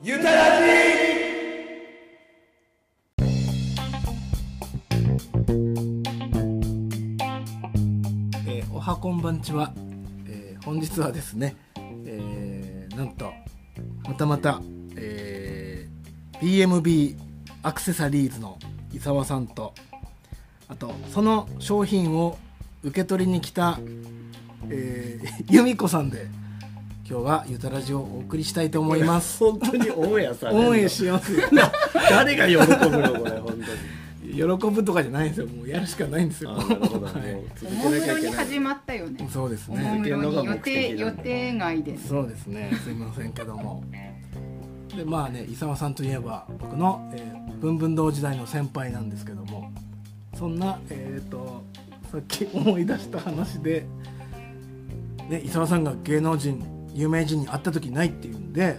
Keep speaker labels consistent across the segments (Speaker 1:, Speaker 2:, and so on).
Speaker 1: ゆたらじ
Speaker 2: えーおはこんばんちは、えー本日はですね、えーなんとまたまた、えー BMB アクセサリーズの伊沢さんとあとその商品を受け取りに来た、えー 由美子さんで今日はゆたラジオをお送りしたいと思います。
Speaker 1: 本当にオンエアされんの
Speaker 2: 応援しますよ
Speaker 1: 誰が喜ぶのこれ本当に
Speaker 2: 喜ぶとかじゃないんですよもうやるしかないん ですよ
Speaker 1: あーなるほど、
Speaker 2: は
Speaker 1: もう
Speaker 2: い、
Speaker 1: 続
Speaker 3: おも
Speaker 1: けな
Speaker 3: む
Speaker 1: きゃ
Speaker 3: ろ
Speaker 1: いけ
Speaker 3: に
Speaker 1: ない
Speaker 3: 始まったよね。
Speaker 2: そうです
Speaker 3: おも
Speaker 2: ね
Speaker 3: むろに予定予定外です。
Speaker 2: そうですねすいませんけどもでまあね伊沢さんといえば僕のえー文文堂時代の先輩なんですけどもそんなえっ、とさっき思い出した話でで伊沢さんが芸能人有名人に会った時ないっていうんで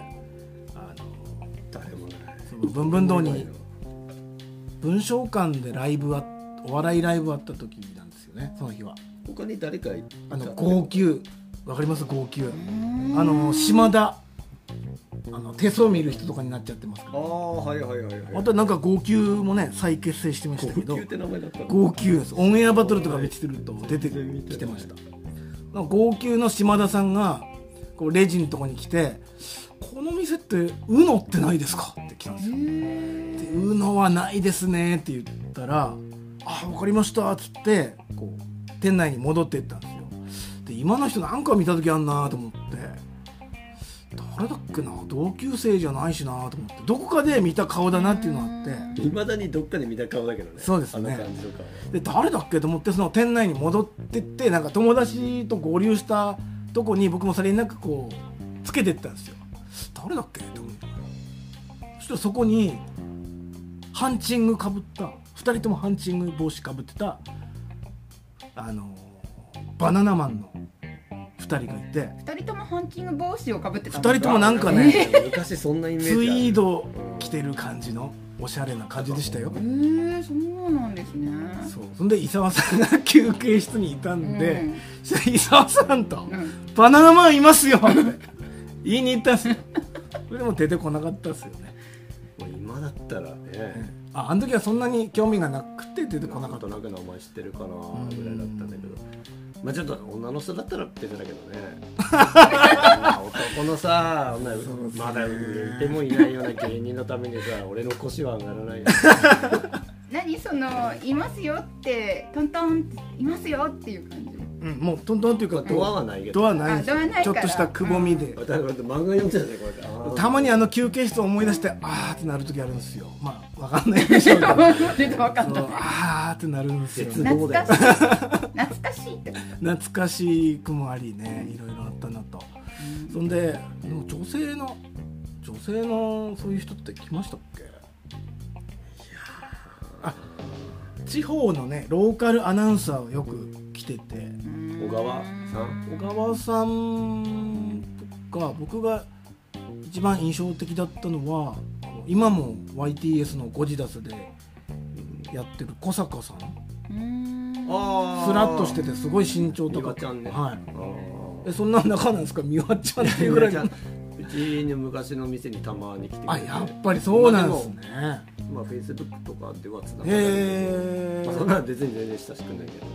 Speaker 2: あの
Speaker 1: 誰もない
Speaker 2: その文文堂に文章館でライブあお笑いライブあった時なんですよねその日は
Speaker 1: 他に誰かいた
Speaker 2: あの号泣わかります号泣
Speaker 3: うん
Speaker 2: あの島田あの手相見る人とかになっちゃってますけ
Speaker 1: あ
Speaker 2: ど
Speaker 1: あはいはいはいはい
Speaker 2: あとなんか号泣もね再結成してましたけ
Speaker 1: 高
Speaker 2: ど
Speaker 1: 級って名前だったの
Speaker 2: 号泣ですオンエアバトルとか見てると出て
Speaker 1: 全然見てない
Speaker 2: きてましたなんか号泣の島田さんがこうレジのとこに来て「この店ってうのってないですか?」って来たんですよで「うのはないですね」って言ったら「あ分かりました」っつってこう店内に戻っていったんですよで今の人なんか見た時あんなと思って誰だっけな同級生じゃないしなと思ってどこかで見た顔だなっていうのがあって
Speaker 1: いまだにどっかで見た顔だけどね
Speaker 2: そうですね
Speaker 1: あの感じとかは
Speaker 2: で誰だっけと思ってその店内に戻ってってなんか友達と合流したとこに僕もさりげなくこうつけてったんですよ誰だっけと思ってそしたらそこにハンチングかぶった2人ともハンチング帽子かぶってたあのバナナマンの2人がいて
Speaker 3: 二人ともハンキング帽子をかぶってたの。
Speaker 2: 二人ともなんかね
Speaker 1: 昔そんなイメージある
Speaker 2: ツイード着てる感じのおしゃれな感じでしたよ
Speaker 3: えー、そうなんですね。
Speaker 2: そうそんで伊沢さんが休憩室にいたんで、
Speaker 3: うん
Speaker 2: そしたら伊沢さんと、
Speaker 3: うん
Speaker 2: バナナマンいますよって言いに行ったんですよそれでも出てこなかったですよね
Speaker 1: もう今だったらね
Speaker 2: ああの時はそんなに興味がなくて出てこ
Speaker 1: な
Speaker 2: なかっ
Speaker 1: ん
Speaker 2: た
Speaker 1: となく名前知ってるかなぐらいだったんだけどまあちょっと女の人だったら出てたけど ね男のさ女
Speaker 2: そうですね
Speaker 1: まだ売れてもいないような芸人のためにさ俺の腰は上がら ないよ
Speaker 3: 何そのいますよってトントンっていますよっていう感じ。
Speaker 2: うんもうトントンっていうかこう
Speaker 1: ドアはないけど
Speaker 2: ドアないんですよ
Speaker 3: あドアない
Speaker 2: ちょ
Speaker 3: から
Speaker 2: っとしたくぼみで、
Speaker 1: だから漫画読んでたねこれあー
Speaker 2: たまにあの休憩室を思い出してあーってなる時あるんですよまあわかんないでし ょうけど
Speaker 3: 出て分かっ
Speaker 2: そう
Speaker 3: た。
Speaker 2: あーってなるんですよ
Speaker 1: 絶
Speaker 2: ね
Speaker 1: 望
Speaker 3: 懐
Speaker 1: だよ
Speaker 3: かしい。懐かしいってこ
Speaker 2: 懐かしくもありねいろいろあったなとそんででも女性の女性のそういう人って来ましたっけあ地方のねローカルアナウンサーをよく来てて
Speaker 3: と。うん
Speaker 1: 小川さん
Speaker 2: 小川さんとか僕が一番印象的だったのはあの今も YTS の「ゴジダス」でやってる小坂さん
Speaker 3: うん
Speaker 1: あ
Speaker 2: スラッとしててすごい身長
Speaker 1: 美
Speaker 2: 高
Speaker 1: 和
Speaker 2: か
Speaker 1: ちゃんね
Speaker 2: はい
Speaker 1: あー
Speaker 2: えそんな仲なんですか美和ちゃんっていうぐらいの
Speaker 1: うちの昔の店にたまに来てくれて
Speaker 2: あやっぱりそうなんですね
Speaker 1: まあフェイスブックとかではつながって
Speaker 2: へえ
Speaker 1: そんなの別に全然親しくないけど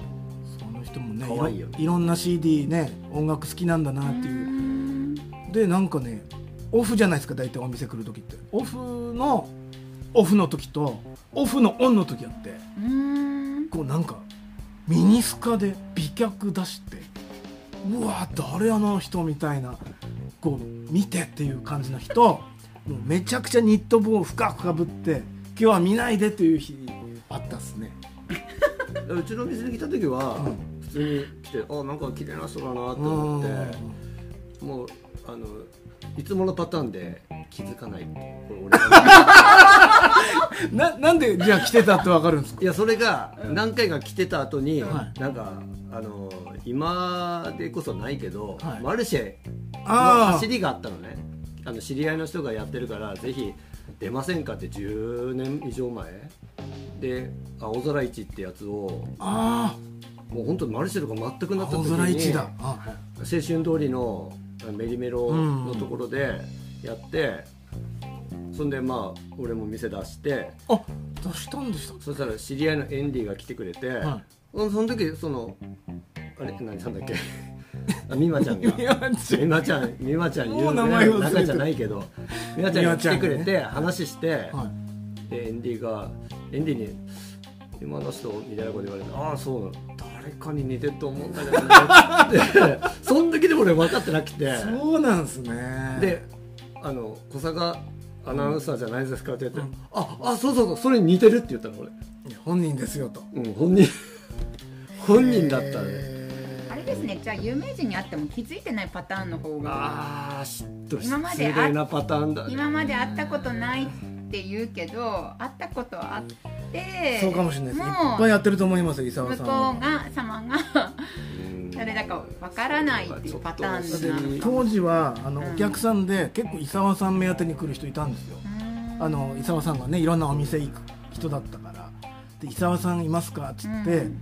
Speaker 2: その人もね
Speaker 1: 可愛いよね
Speaker 2: いろいろんな CD ね音楽好きなんだなっていうでなんかねオフじゃないですか大体お店来る時ってオフのオフの時とオフのオンの時あって
Speaker 3: うん
Speaker 2: こうなんかミニスカで美脚出してうわ誰あの人みたいなこう見てっていう感じの人もうめちゃくちゃニット帽を深くかぶって今日は見ないでっていう日あったっすね
Speaker 1: うちの店に来た時は、
Speaker 2: うん
Speaker 1: 普通に来てあなんか綺麗な人だなと思ってもうあのいつものパターンで気づか ないこれ俺が
Speaker 2: ななんでじゃあ来てたってわかるんですか
Speaker 1: いやそれが何回か来てた後に、
Speaker 2: はい
Speaker 1: なんかあの今でこそないけど、
Speaker 2: はい
Speaker 1: マルシェの
Speaker 2: ああ
Speaker 1: 走りがあったのねあの知り合いの人がやってるからぜひ出ませんかって10年以上前で青空市ってやつを
Speaker 2: あ
Speaker 1: もう本当マルシェとか全く
Speaker 2: あ
Speaker 1: なった
Speaker 2: 青
Speaker 1: 時に
Speaker 2: 空一だあ
Speaker 1: 青春通りのメリメロのところでやって、そんでまあ俺も店出して
Speaker 2: あ出したんでした
Speaker 1: そしたら知り合いのエンディが来てくれて、
Speaker 2: は
Speaker 1: うんその時そのあれ何さんだっけあ美馬ちゃ んが
Speaker 2: いやち
Speaker 1: 美馬ちゃん美馬ちゃん
Speaker 2: もう名前忘れてる
Speaker 1: 仲じゃないけど美馬ちゃんが来てくれて話して、
Speaker 2: はい
Speaker 1: でエンディがエンディに「今の人」みたいなこと言われて「ああそうなの誰かに似てると思うんだけどね」っ てそん時でも俺分かってなくて
Speaker 2: そうなんですね
Speaker 1: であの「小坂アナウンサーじゃないですか」って言って「
Speaker 2: うん
Speaker 1: ああそうそうそうそれに似てる」って言ったの俺、
Speaker 2: いや本人ですよと
Speaker 1: うん、本人 本人だったね
Speaker 2: へー
Speaker 3: あれですねじゃあ有名人に会っても気づいてないパターンの方が
Speaker 1: ああしっと
Speaker 3: 今ま
Speaker 1: 失
Speaker 3: であ
Speaker 1: 礼なパターンだね
Speaker 3: 今まで会ったことないって言うけど会ったことあって
Speaker 2: そうかもしれないです
Speaker 3: も
Speaker 2: いうっぱいやってると思いますよ伊沢
Speaker 3: 向こ
Speaker 2: さ
Speaker 3: うん
Speaker 2: は
Speaker 3: が様が
Speaker 1: うん
Speaker 3: 誰だかわからないっていうパターン
Speaker 1: ちょっと
Speaker 3: なの
Speaker 2: 当時はあの、
Speaker 3: うん
Speaker 2: お客さんで結構伊沢さん目当てに来る人いたんですよ
Speaker 3: うん
Speaker 2: あの伊沢さんがねいろんなお店行く人だったから「で伊沢さんいますか?」っつって、
Speaker 3: うん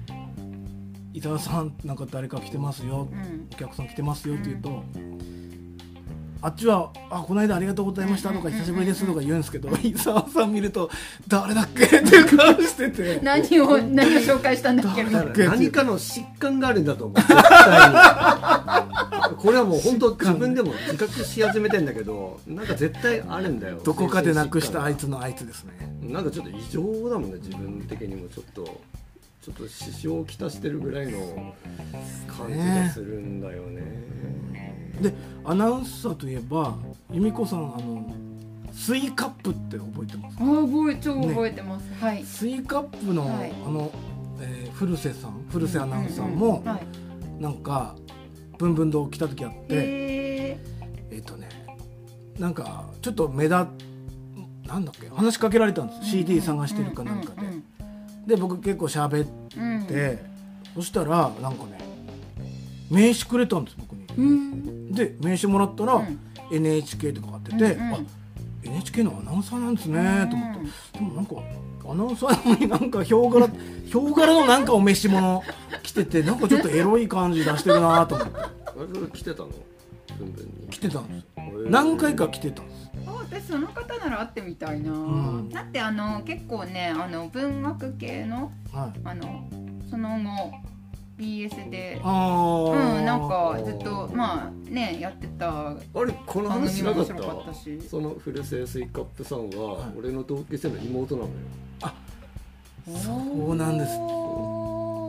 Speaker 2: 伊沢さんなんか誰か来てますよ」
Speaker 3: うん
Speaker 2: お客さん来てますよ」って言うと、あっちは「あこの間ありがとうございました」とか「
Speaker 3: うん
Speaker 2: 久しぶりです」とか言うんですけど、 伊沢さん見ると「誰だっけ?」っていう顔して て
Speaker 3: 何を何を紹介したんだっけみたいな
Speaker 2: だ
Speaker 1: 何かの疾患があるんだと 思う絶対にこれはもう本当自分でも自覚し始めてんだけどなんか絶対あるんだよ
Speaker 2: どこかでなくしたあ
Speaker 1: 精
Speaker 2: いつのあいつですね
Speaker 1: 神疾患なんかちょっと異常だもんね自分的にもちょっとちょっと支障をきたしてるぐらいの感じがするんだよね
Speaker 2: でアナウンサーといえば由美子さんあのスイカップって覚えてます
Speaker 3: あ覚え超覚えてます、はい
Speaker 2: スイカップの、
Speaker 3: はい
Speaker 2: あの、えー古瀬さん古瀬アナウンサーも、
Speaker 3: うんうんうんはい
Speaker 2: なんか文文堂来た時あって、
Speaker 3: へ
Speaker 2: えっとねなんかちょっと目立っなんだっけ話しかけられたんです、
Speaker 3: ー
Speaker 2: CD 探してるかなんかで、
Speaker 3: うん
Speaker 2: で僕結構喋っ
Speaker 3: うんうん
Speaker 2: て、そしたらなんかね名刺くれたんです僕に
Speaker 3: うん
Speaker 2: で名刺もらったら、
Speaker 3: うん
Speaker 2: NHK とか貼ってて、
Speaker 3: うんうん
Speaker 2: あ NHK のアナウンサーなんですねと思って、
Speaker 3: うん
Speaker 2: でもなんかアナウンサーなのになん かヒョウ柄ヒョウ柄のなんかお召し物着ててなんかちょっとエロい感じ出してるなと思って
Speaker 1: あれそれ来てたの文文に
Speaker 2: 着てたんですよ
Speaker 1: 俺
Speaker 2: 何回か着てたんです
Speaker 3: あ私その方なら会ってみたいな、
Speaker 2: ん
Speaker 3: だってあの結構ねあの文学系の
Speaker 2: はい
Speaker 3: あのその後 BS で
Speaker 2: ああ
Speaker 3: うんなんかずっとまあねやってた
Speaker 1: あれこの
Speaker 3: 番
Speaker 1: 話し
Speaker 3: 組も
Speaker 1: なか
Speaker 3: 面
Speaker 1: っ
Speaker 3: 白かった
Speaker 1: た
Speaker 3: し
Speaker 1: その古瀬スイカップさん
Speaker 2: は
Speaker 1: はい俺の同級生の妹なのよ
Speaker 2: そうなんです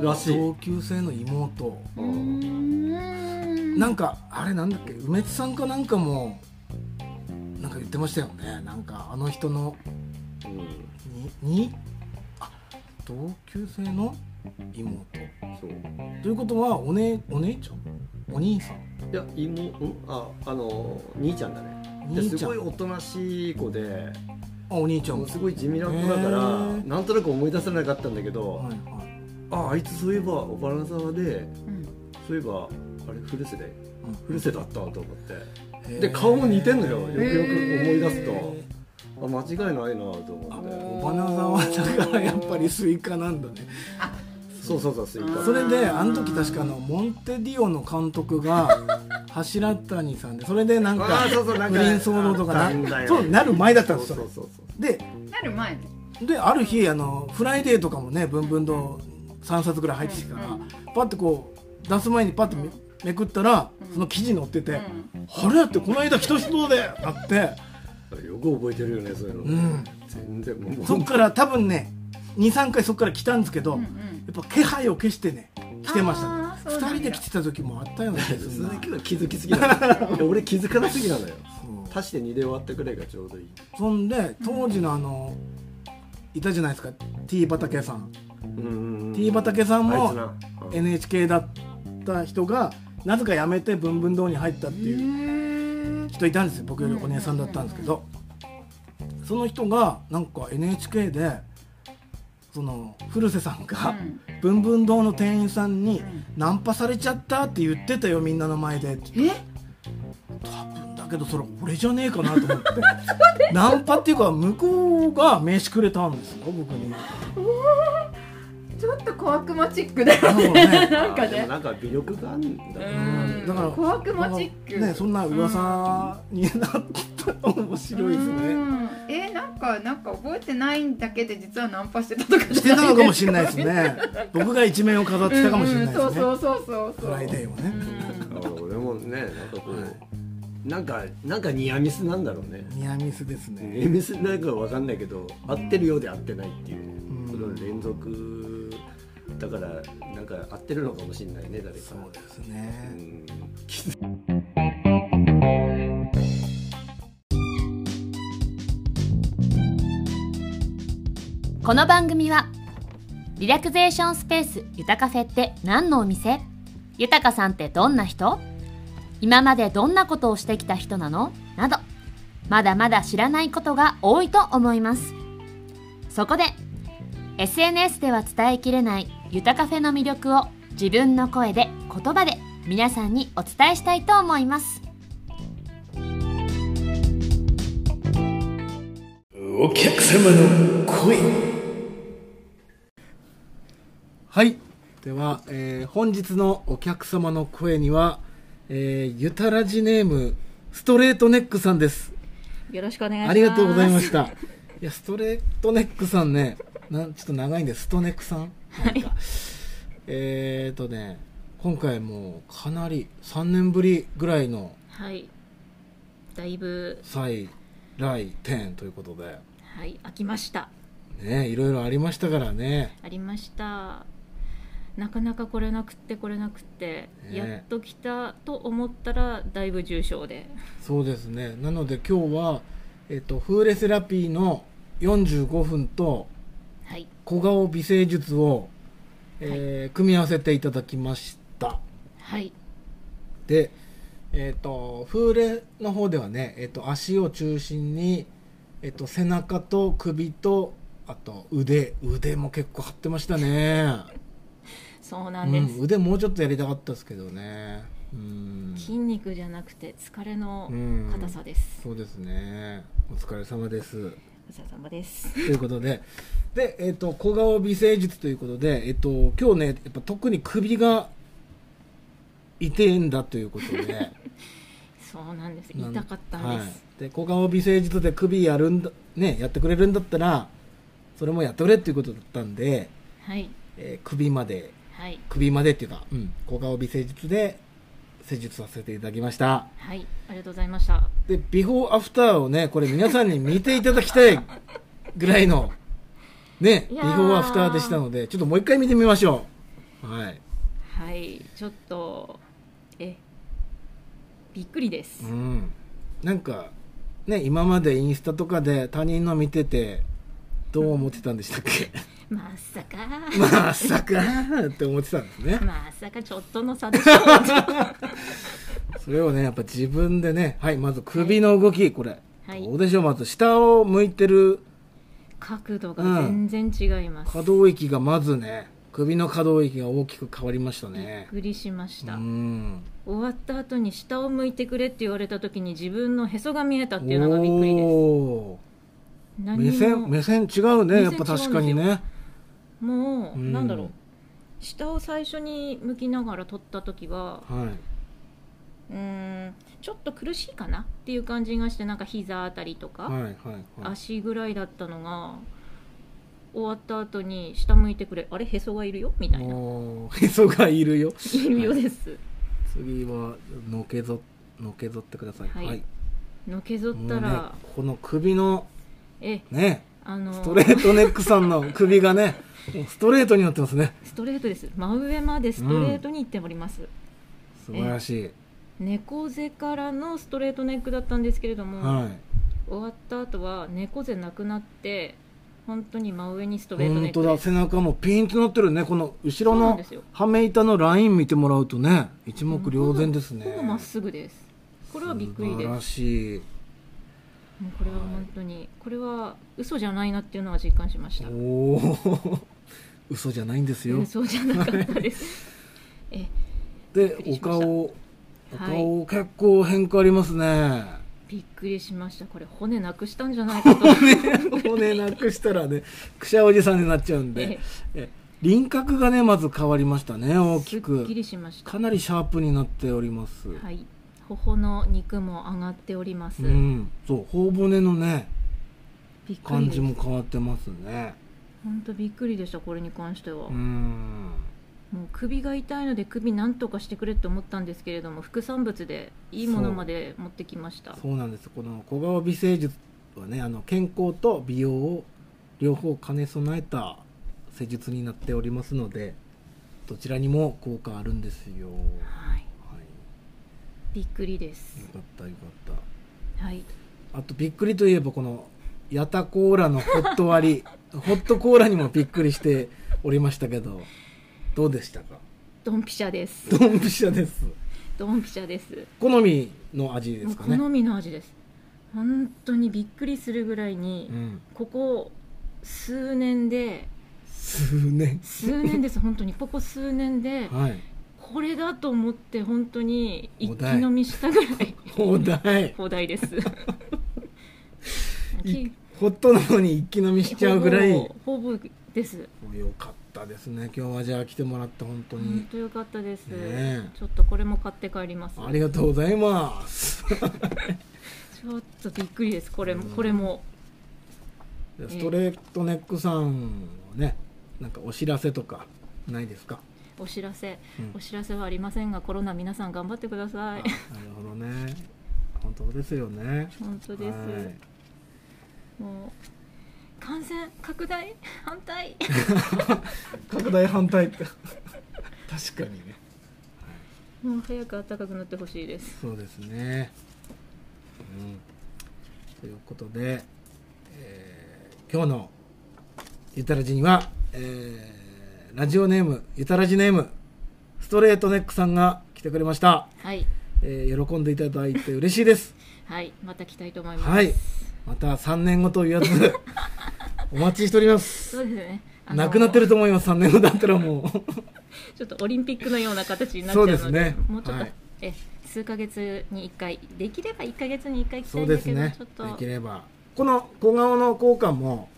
Speaker 1: らしい
Speaker 2: 同級生の妹
Speaker 3: うーん
Speaker 2: なんかあれなんだっけ梅津さんかなんかもなんか言ってましたよねなんかあの人の
Speaker 1: うん
Speaker 2: ににあ同級生の妹
Speaker 1: そう
Speaker 2: ということはお,、ね、お姉ちゃんお兄さん
Speaker 1: いや妹んああの兄ちゃんだね
Speaker 2: 兄
Speaker 1: す
Speaker 2: ちゃ
Speaker 1: ご
Speaker 2: ん
Speaker 1: いおとなしい子で
Speaker 2: あお兄ちゃん
Speaker 1: も
Speaker 2: も
Speaker 1: うすごい地味な子だか
Speaker 2: へ
Speaker 1: ら
Speaker 2: ー
Speaker 1: なんとなく思い出せなかったんだけど、
Speaker 2: はいはい
Speaker 1: ああいつそういえばおばら沢で
Speaker 3: うん
Speaker 1: そういえばあれ古瀬で
Speaker 2: うん
Speaker 1: 古瀬だったわと思って
Speaker 2: へー
Speaker 1: で顔も似てんのよよくよく思い出す
Speaker 2: へ
Speaker 1: とあ間違いないなと
Speaker 2: あ
Speaker 1: 思って
Speaker 2: おばなざわだからやっぱりスイカなんだね
Speaker 1: そうそうそうスイカ
Speaker 2: それであの時確かあのモンテディオの監督 が柱谷さんでそれでなんか
Speaker 1: あーそうそうなん
Speaker 2: 不
Speaker 1: か
Speaker 2: 倫騒動とか
Speaker 1: あったんだ
Speaker 2: な
Speaker 1: よ
Speaker 2: そうなる前だっ
Speaker 1: そ
Speaker 2: たん
Speaker 1: う
Speaker 2: です
Speaker 1: そう
Speaker 2: よ
Speaker 1: そうそう
Speaker 2: で
Speaker 3: なる前
Speaker 2: である日あの「フライデー」とかもね「ぶんぶん堂」3冊ぐらい入ってきたから
Speaker 3: うんうん
Speaker 2: パッてこう出す前にパッてめめくったら
Speaker 3: うん
Speaker 2: その記事載ってて
Speaker 3: うん
Speaker 2: 「あれ?」ってこの間一つどうであって
Speaker 1: よく覚えてるよねそういうの、
Speaker 2: うん
Speaker 1: 全然もう
Speaker 2: そっから多分ね23回そっから来たんですけど
Speaker 3: うんう
Speaker 2: や
Speaker 3: ん
Speaker 2: っぱ気配を消してね来てましたね
Speaker 3: あーそうなんだ
Speaker 2: 2人で来てた時もあったよね
Speaker 1: 鈴木は気づきすぎなのよいや俺気づかなすぎなのよ
Speaker 2: そう
Speaker 1: 足して2で終わったくらいがちょうどいい
Speaker 2: そんで当時のあのいたじゃないですか T 畑さん
Speaker 1: うんうんうん
Speaker 2: T 畑さん
Speaker 1: あいつ
Speaker 2: も
Speaker 1: なうん
Speaker 2: NHK だった人がなぜか辞めて文文堂に入ったっていう
Speaker 3: へー
Speaker 2: 人いたんですよ僕よりお姉さんだったんですけどその人がなんか NHK でその古瀬さん
Speaker 3: う
Speaker 2: が
Speaker 3: ん
Speaker 2: 文文堂の店員さんに
Speaker 3: うん
Speaker 2: 「ナンパされちゃった」って言ってたよみんなの前で
Speaker 3: え
Speaker 2: 多分だけどそれ俺じゃねえかなと思 ってナンパっていうか向こうが名刺くれたんですよ僕に
Speaker 3: ちょっと小悪魔チックだよ
Speaker 2: そう
Speaker 3: ね
Speaker 2: ね
Speaker 3: なんか
Speaker 1: あでも
Speaker 3: ね
Speaker 1: なんか微力があるんだ
Speaker 3: う
Speaker 1: ね
Speaker 3: ん
Speaker 2: だから
Speaker 3: 小悪魔チック
Speaker 2: ねそんな噂になったら面白いですね
Speaker 3: うんええー、なんかなんか覚えてないんだけで実はナンパしてたとかじゃ
Speaker 2: してたのかもしれないです
Speaker 3: ね
Speaker 2: ね僕が一面を飾ってたかもしれないで
Speaker 3: うん
Speaker 2: す
Speaker 3: うん、
Speaker 2: ね
Speaker 3: そうそうそうそう
Speaker 2: フライデーをね
Speaker 3: うん
Speaker 1: だから俺もねなんかこうなんかなんかニアミスなんだろうね
Speaker 2: ニアミスですね
Speaker 1: ニアミスなんかわかんないけど合ってるようで合ってないっていうね
Speaker 2: う
Speaker 1: そ
Speaker 2: ん
Speaker 1: れの連続だからなんか合ってるのかもしれないね誰か
Speaker 2: そうですね、
Speaker 1: うん
Speaker 4: この番組はリラクゼーションスペースゆたカフェって何のお店ゆたかさんってどんな人今までどんなことをしてきた人なのなどまだまだ知らないことが多いと思いますそこで SNS では伝えきれないゆたカフェの魅力を自分の声で言葉で皆さんにお伝えしたいと思います
Speaker 2: お客様の声はいでは、えー本日のお客様の声には、えーゆたらじネームストレートネックさんです
Speaker 5: よろしくお願いします。
Speaker 2: ありがとうございましたいやストレートネックさんねなんちょっと長いんでストネックさんなんかえっとね今回もうかなり3年ぶりぐらいの
Speaker 5: はい。だいぶ、
Speaker 2: 再来店ということで
Speaker 5: はい、飽きました。
Speaker 2: ねいろいろありましたからね
Speaker 5: ありました。なかなか来れなくって来れなくって、
Speaker 2: ね
Speaker 5: やっと来たと思ったらだいぶ重症で
Speaker 2: そうですねなので今日は、えっとフーレセラピーの45分と
Speaker 5: はい
Speaker 2: 小顔美声術を、えー組み合わせていただきました
Speaker 5: はい
Speaker 2: でえっ、とフーレの方ではね、えっと足を中心に、えっと背中と首とあと腕腕も結構張ってましたね、
Speaker 5: そうなん
Speaker 2: う
Speaker 5: です、
Speaker 2: ん、腕もうちょっとやりたかったですけどねうん
Speaker 5: 筋肉じゃなくて疲れの
Speaker 2: うん
Speaker 5: 硬さです、
Speaker 2: そうですねお疲れ様です
Speaker 5: お疲れ様です
Speaker 2: ということで、で、えっ、と、小顔美声術ということで、えっ、と、今日ね、やっぱ特に首が痛いんだということで、
Speaker 5: そうなんです
Speaker 2: なん
Speaker 5: 痛かったんで
Speaker 2: はい
Speaker 5: す、
Speaker 2: で、小顔美声術で首やるんだ、ね、やってくれるんだったら、それもやってくれっていうことだったんで、
Speaker 5: はい
Speaker 2: えー首まで、
Speaker 5: はい
Speaker 2: 首までっていうか、うん、小顔美声術で施術させていただきました。
Speaker 5: はいありがとうございました
Speaker 2: で、ビフォーアフターをね、これ皆さんに見ていただきたいぐらいの、ね、
Speaker 5: い
Speaker 2: ビフ
Speaker 5: やー
Speaker 2: ォーアフターでしたので、ちょっともう一回見てみましょう。はい。
Speaker 5: はいちょっとえびっくりです、
Speaker 2: うん。なんか、ね、今までインスタとかで他人の見てて、どう思ってたんでしたっけ
Speaker 5: まさか
Speaker 2: まさかーって思ってたんですね。
Speaker 5: まさかちょっとの差でしょう
Speaker 2: それをね、やっぱ自分でね、はい、まず首の動き、これ。
Speaker 5: はい
Speaker 2: どうでしょうまず下を向いてる
Speaker 5: 角度が全然違います、
Speaker 2: 可動域がまずね、首の可動域が大きく変わりました
Speaker 5: びっ
Speaker 2: ね。
Speaker 5: くりしました、
Speaker 2: うん。
Speaker 5: 終わった後に下を向いてくれって言われた時に自分のへそが見えたっていうのがびっくりです
Speaker 2: おー
Speaker 5: 何
Speaker 2: 目
Speaker 5: も
Speaker 2: 線目線違うねやっぱ
Speaker 5: 目線違うんですよ
Speaker 2: 確かにね
Speaker 5: もう、
Speaker 2: うん
Speaker 5: なんだろう下を最初に向きながら撮った時は
Speaker 2: は
Speaker 5: うーんちょっと苦しいかなっていう感じがしてなんか膝あたりとか、
Speaker 2: いはいはいはい
Speaker 5: 足ぐらいだったのが終わった後に下向いてくれあれへそがいるよみたいな
Speaker 2: おーへそがいるよ
Speaker 5: いるよです
Speaker 2: 次はのけぞのけぞってください
Speaker 5: はい
Speaker 2: はい
Speaker 5: のけぞっ
Speaker 2: も
Speaker 5: た
Speaker 2: うね
Speaker 5: ら、
Speaker 2: この首の
Speaker 5: え
Speaker 2: ね
Speaker 5: あの
Speaker 2: ストレートネックさんの首がねもうストレートになってますね
Speaker 5: ストレートです真上までストレートに行っております、
Speaker 2: 素晴らしい
Speaker 5: 猫背からのストレートネックだったんですけれども、
Speaker 2: はい
Speaker 5: 終わった後は猫背なくなって本当に真上にストレートネ
Speaker 2: 本
Speaker 5: ック
Speaker 2: 当
Speaker 5: で
Speaker 2: だ
Speaker 5: す
Speaker 2: 背中もピンとなってるねこの後ろ
Speaker 5: そうなん
Speaker 2: の
Speaker 5: ですよ
Speaker 2: はめ板のライン見てもらうとね一目瞭然ですね
Speaker 5: ほぼまっすぐですこれはびっくり
Speaker 2: 素
Speaker 5: です
Speaker 2: 晴
Speaker 5: も
Speaker 2: らしいう
Speaker 5: これは本当にこれは嘘じゃないなっていうのは実感しました
Speaker 2: おお 嘘じゃないんですよ
Speaker 5: 嘘じゃなかったです え
Speaker 2: で
Speaker 5: びっくり
Speaker 2: お
Speaker 5: しました
Speaker 2: 顔お
Speaker 5: は
Speaker 2: 顔
Speaker 5: い
Speaker 2: 結構変化ありますね、
Speaker 5: びっくりしましたこれ骨なくしたんじゃないかと
Speaker 2: 骨なくしたらねくしゃおじさんになっちゃうんで
Speaker 5: え
Speaker 2: え輪郭がねまず変わりましたね大
Speaker 5: す
Speaker 2: き
Speaker 5: っ
Speaker 2: く
Speaker 5: きりしました
Speaker 2: かなりシャープになっております、
Speaker 5: はい頬の肉も上がっております、
Speaker 2: うんそう頬骨のね
Speaker 5: びっくり
Speaker 2: 感
Speaker 5: です
Speaker 2: じも変わってますね
Speaker 5: 本当びっくりでしたこれに関しては、
Speaker 2: うーん
Speaker 5: もう首が痛いので首なんとかしてくれと思ったんですけれども副産物でいいものまで持ってきました
Speaker 2: そうなんですこの小顔美声術はねあの健康と美容を両方兼ね備えた施術になっておりますのでどちらにも効果あるんですよ、
Speaker 5: はい
Speaker 2: は
Speaker 5: びっくりで
Speaker 2: い、よ
Speaker 5: す
Speaker 2: かったよかった
Speaker 5: はい
Speaker 2: あとびっくりといえばこのヤタコーラのホット 割りホットコーラにもびっくりしておりましたけどどうでしたか
Speaker 5: ドンピシャです
Speaker 2: ドンピシャです
Speaker 5: ドンピシャです
Speaker 2: 好みの味で
Speaker 5: もう
Speaker 2: すかね
Speaker 5: 好みの味です本当にびっくりするぐらいに、
Speaker 2: うん
Speaker 5: ここ数年で
Speaker 2: 数年
Speaker 5: 数年です本当にここ数年で
Speaker 2: はい
Speaker 5: これだと思って本当に一
Speaker 2: お
Speaker 5: 気
Speaker 2: 題
Speaker 5: 飲みしたぐらい
Speaker 2: お題
Speaker 5: 放題です
Speaker 2: いホットなのに一気飲みしちゃうぐらい
Speaker 5: ほ
Speaker 2: よ
Speaker 5: ぼほぼです
Speaker 2: かったですね今日はじゃあ来てもらって本当
Speaker 5: 本
Speaker 2: に
Speaker 5: 当よかったです、
Speaker 2: ねえ
Speaker 5: ちょっとこれも買って帰ります
Speaker 2: ありがとうござい ます
Speaker 5: ちょっとびっくりですこれも
Speaker 2: うん
Speaker 5: これも
Speaker 2: でストレートネックさんはねなんかお知らせとかないですか
Speaker 5: お知らせ、
Speaker 2: うん
Speaker 5: お知らせはありませんがコロナ皆さん頑張ってください
Speaker 2: あなるほどね本当ですよね
Speaker 5: 本当です、
Speaker 2: はい
Speaker 5: もう感染拡大 反対
Speaker 2: 拡大反対って 確かにね
Speaker 5: もう早く暖かくなってほしいです
Speaker 2: そうですね、うん、ということで、えー今日のゆたらじには、えーラジオネームゆたらじネームストレートネックさんが来てくれました、
Speaker 5: はい
Speaker 2: えー喜んでいただいて嬉しいです
Speaker 5: はいまた来たいと思います、
Speaker 2: はいまた3年後というやつお待ちしております
Speaker 5: そうですね あの
Speaker 2: なくなってると思います3年後だったらもう
Speaker 5: ちょっとオリンピックのような形になっちゃうので
Speaker 2: そうですね
Speaker 5: もうちょっと、
Speaker 2: はい
Speaker 5: え数ヶ月に1回できれば1ヶ月に1回来た
Speaker 2: そ
Speaker 5: い
Speaker 2: うん
Speaker 5: だ
Speaker 2: です
Speaker 5: けど、
Speaker 2: ね
Speaker 5: ちょっと
Speaker 2: できればこの小顔の効果も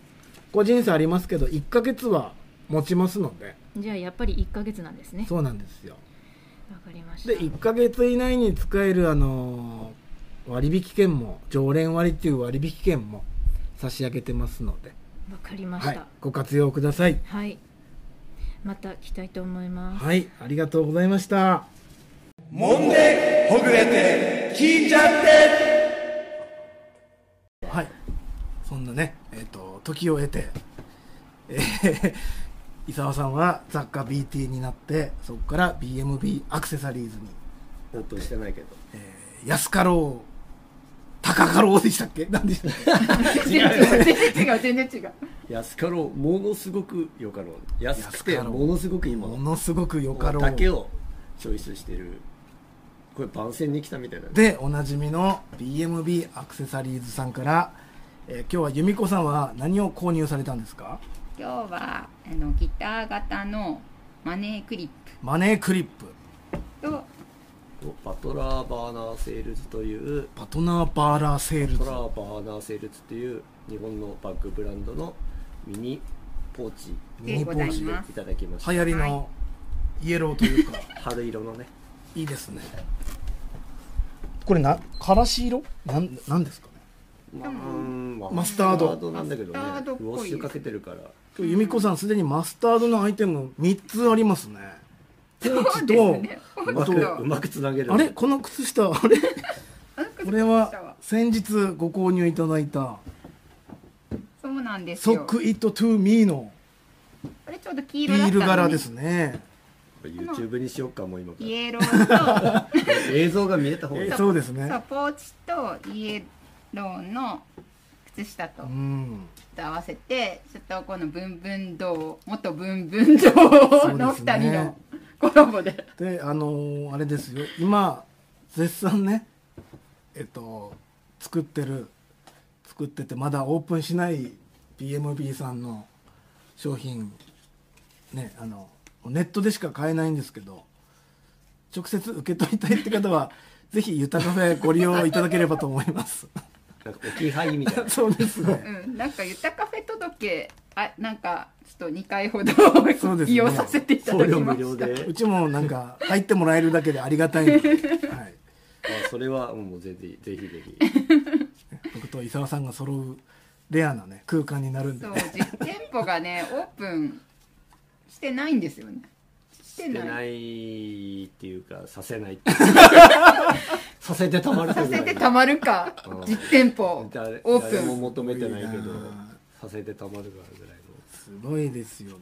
Speaker 2: 個人差ありますけど1ヶ月は持ちますので
Speaker 5: じゃあやっぱり1ヶ月なんですね
Speaker 2: そうなんですよ
Speaker 5: わかりました
Speaker 2: で1ヶ月以内に使えるあのー割引券も常連割っていう割引券も差し上げてますので、
Speaker 5: わかりまし
Speaker 2: は
Speaker 5: た
Speaker 2: い
Speaker 5: はい、、
Speaker 2: ご活用ください
Speaker 5: また来たいと思います
Speaker 2: はいありがとうございました
Speaker 6: 揉んでほぐれて聞いちゃって
Speaker 2: はいそんなねえっ、と時を経てえー伊沢さんは雑貨 BT になってそこから BMB アクセサリーズに
Speaker 1: 納得してないけど
Speaker 2: 安かろう高かろうでしたっけ 何でしたっけ
Speaker 3: 全然違う全然違う
Speaker 1: 安かろうものすごくよかろう安く
Speaker 2: 安
Speaker 1: て
Speaker 2: かろう
Speaker 1: ものすごく今
Speaker 2: ものすごくよかろう
Speaker 1: だけをチョイスしてるこれ番宣に来たみたいだね
Speaker 2: でおなじみの BMB アクセサリーズさんから、えー今日は由美子さんは何を購入されたんですか
Speaker 3: 今日はあのギター型のマネークリッ
Speaker 2: マネークリップ
Speaker 3: プと
Speaker 1: パトラーバーナーセールズという
Speaker 2: パトナーバーラーセール
Speaker 1: ト
Speaker 2: ズ
Speaker 1: ラーバーナーセールズという日本のバッグブランドのミニポーチ
Speaker 2: ミ
Speaker 3: で
Speaker 2: ニ
Speaker 3: ご
Speaker 2: ポ
Speaker 3: ざ
Speaker 2: ー
Speaker 3: い
Speaker 2: チ
Speaker 1: で
Speaker 3: ます
Speaker 1: いただきました
Speaker 2: 流行りのイエローというか、
Speaker 1: 春色のね
Speaker 2: い、いですねこれなからし色なんなんですかね
Speaker 1: まあうん
Speaker 2: マスタード
Speaker 1: マなんだけどね
Speaker 3: マスタードっぽい
Speaker 1: ウォッシュかけてるから
Speaker 2: 今日由美子さんすでにマスタードのアイテム3つありますねポーチと、
Speaker 3: そうですね
Speaker 1: う
Speaker 2: あ
Speaker 1: ま
Speaker 2: と
Speaker 1: くうまくつなげる
Speaker 2: あれこの靴下あれこれは
Speaker 3: は
Speaker 2: 先日ご購入いただいた
Speaker 3: そうな
Speaker 2: 「
Speaker 3: んですよ
Speaker 2: Sock It To Me」の
Speaker 3: これちょうど黄
Speaker 2: ビ
Speaker 3: 色だっ
Speaker 2: ー
Speaker 3: たの
Speaker 2: ル
Speaker 3: ね
Speaker 2: 柄ですね
Speaker 1: YouTube にしようかもう今から
Speaker 3: イエローと
Speaker 1: 映像が見えた方がいい
Speaker 2: えそうですね
Speaker 3: そうポーチとイエローの靴下と
Speaker 2: うん
Speaker 3: 合わせてちょっとこのブンブン堂元ブンブン堂の
Speaker 2: そうですね
Speaker 3: 2人のコラボで
Speaker 2: であのーあれですよ今絶賛ねえっと作ってる作っててまだオープンしない BMB さんの商品ねあのネットでしか買えないんですけど直接受け取りたいって方 はぜひゆたカフェご利用いただければと思います
Speaker 1: なんか置き配みたいな
Speaker 2: そうですね
Speaker 3: うんなんか「ゆたカフェ届」あなんかちょっと2回ほど
Speaker 2: そうですね
Speaker 3: 利用させていた
Speaker 1: 送
Speaker 3: だき
Speaker 1: 料
Speaker 3: ま
Speaker 1: 無料
Speaker 3: した
Speaker 1: で
Speaker 2: うちもなんか入ってもらえるだけでありがたいので、はい、
Speaker 1: あそれはもうぜひぜひぜひ
Speaker 2: 僕と伊沢さんが揃うレアなね空間になるんで
Speaker 3: そう
Speaker 2: ね
Speaker 3: 実店舗 がねオープンしてないんですよねし
Speaker 1: し
Speaker 3: て
Speaker 1: て
Speaker 3: ない
Speaker 1: ないっていうかさせない っていうさせてたまる
Speaker 3: さ
Speaker 1: とぐら
Speaker 3: せ
Speaker 1: い
Speaker 3: てたまるか
Speaker 1: うん
Speaker 3: 実店舗オ
Speaker 1: 誰
Speaker 3: ープ
Speaker 1: 誰も
Speaker 3: ン
Speaker 1: 求めてないけ
Speaker 2: いい
Speaker 1: ど
Speaker 2: な
Speaker 1: させてたまるがぐらいの
Speaker 2: すごいですよね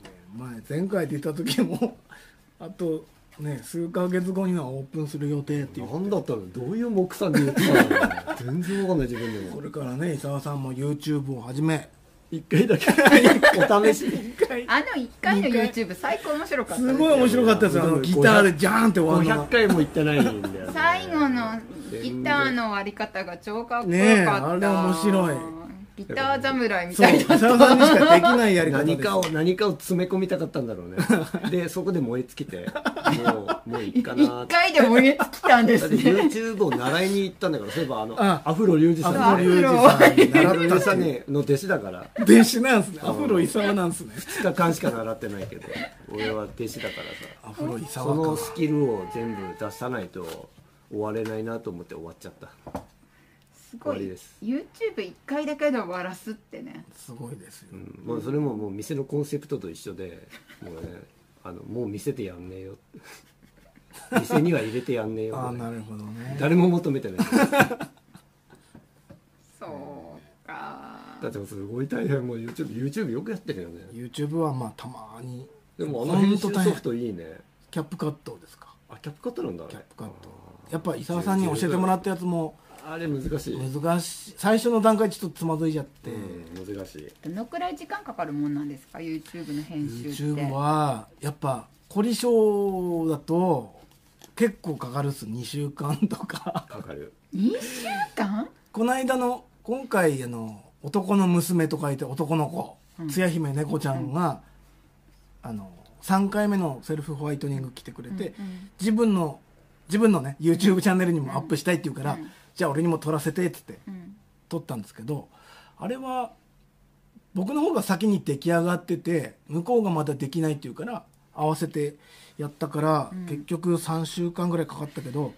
Speaker 2: 前前回出た時も あとね数ヶ月後にはオープンする予定っていう
Speaker 1: 何だったのどういう目算で言ってたのかな 全然わかんない自分で
Speaker 2: こ
Speaker 1: も
Speaker 2: れからね伊沢さんも YouTube をはじめ
Speaker 1: 一回だけお試し
Speaker 3: あの1回の
Speaker 2: 二回
Speaker 3: YouTube 最高面白かったですす
Speaker 2: ごい面白かったですよあのギターでジャーンって終わるの
Speaker 1: 500回も行ってないんだよ、ね、
Speaker 3: 最後のギターの割り方が超かっこよかっ
Speaker 2: ね
Speaker 3: た、
Speaker 2: えあれ面白い
Speaker 3: ギター侍み
Speaker 2: そう
Speaker 3: たい
Speaker 2: 伊
Speaker 3: だ
Speaker 2: 沢
Speaker 3: った
Speaker 2: さんにしかできないやり方です
Speaker 1: 何かを何かを詰め込みたかったんだろうねでそこで燃え尽きてもうもういいかなー
Speaker 3: 1
Speaker 1: って
Speaker 3: 回でもえ尽きたんで
Speaker 1: だっ
Speaker 3: す
Speaker 1: て
Speaker 3: ね
Speaker 1: YouTube を習いに行ったんだからそういえばあの
Speaker 2: あ
Speaker 1: アフロリュウジさん
Speaker 2: アフロリュ
Speaker 1: ジ習っ
Speaker 2: ウジさんに習ったた
Speaker 1: さ
Speaker 2: っていう
Speaker 1: ねの弟子だから
Speaker 2: 弟子なんですねアフロ伊沢なんですね
Speaker 1: 2日間しか習ってないけど俺は弟子だから
Speaker 2: アフロ伊
Speaker 1: さそ
Speaker 2: 沢
Speaker 1: の
Speaker 2: か
Speaker 1: スキルを全部出さないと終われないなと思って終わっちゃった
Speaker 3: す
Speaker 1: 終
Speaker 3: ご
Speaker 1: わり
Speaker 3: い
Speaker 1: です
Speaker 3: YouTube1 回だけで終わらすってね
Speaker 2: すごいですよ
Speaker 1: うんもうそれももう店のコンセプトと一緒でもうねあのもう店でやん ねえよ店には入れてやんねえよ
Speaker 2: ああなるほどね
Speaker 1: 誰も求めてない
Speaker 3: そうか
Speaker 1: だってすごい大変もう YouTube, YouTube よくやってるよね
Speaker 2: YouTube はまあたまに
Speaker 1: でもあの編集ソフトいいね
Speaker 2: キャップカットですか
Speaker 1: あキャップカットなんだあれ
Speaker 2: キャップカットやっぱ伊沢さんに教えてもらったやつも
Speaker 1: あれ難しい、うん、
Speaker 2: 難しい最初の段階ちょっとつまずいちゃって、
Speaker 1: 難しい
Speaker 3: どのくらい時間かかるもんなんですか YouTube の編集って
Speaker 2: YouTube はやっぱ凝り性だと結構かかるっす2週間とか
Speaker 1: かかる
Speaker 3: 2週間
Speaker 2: この間の今回あの男の娘と書いて男の子
Speaker 3: うん
Speaker 2: つや姫猫ちゃんが、あの3回目のセルフホワイトニング来てくれて、自分の自分のね YouTube チャンネルにもアップしたいって言うから、
Speaker 3: うん
Speaker 2: じゃあ俺にも撮らせてっつって
Speaker 3: うん
Speaker 2: 撮ったんですけどあれは僕の方が先に出来上がってて向こうがまだできないっていうから合わせてやったから、
Speaker 3: うん
Speaker 2: 結局3週間ぐらいかかったけど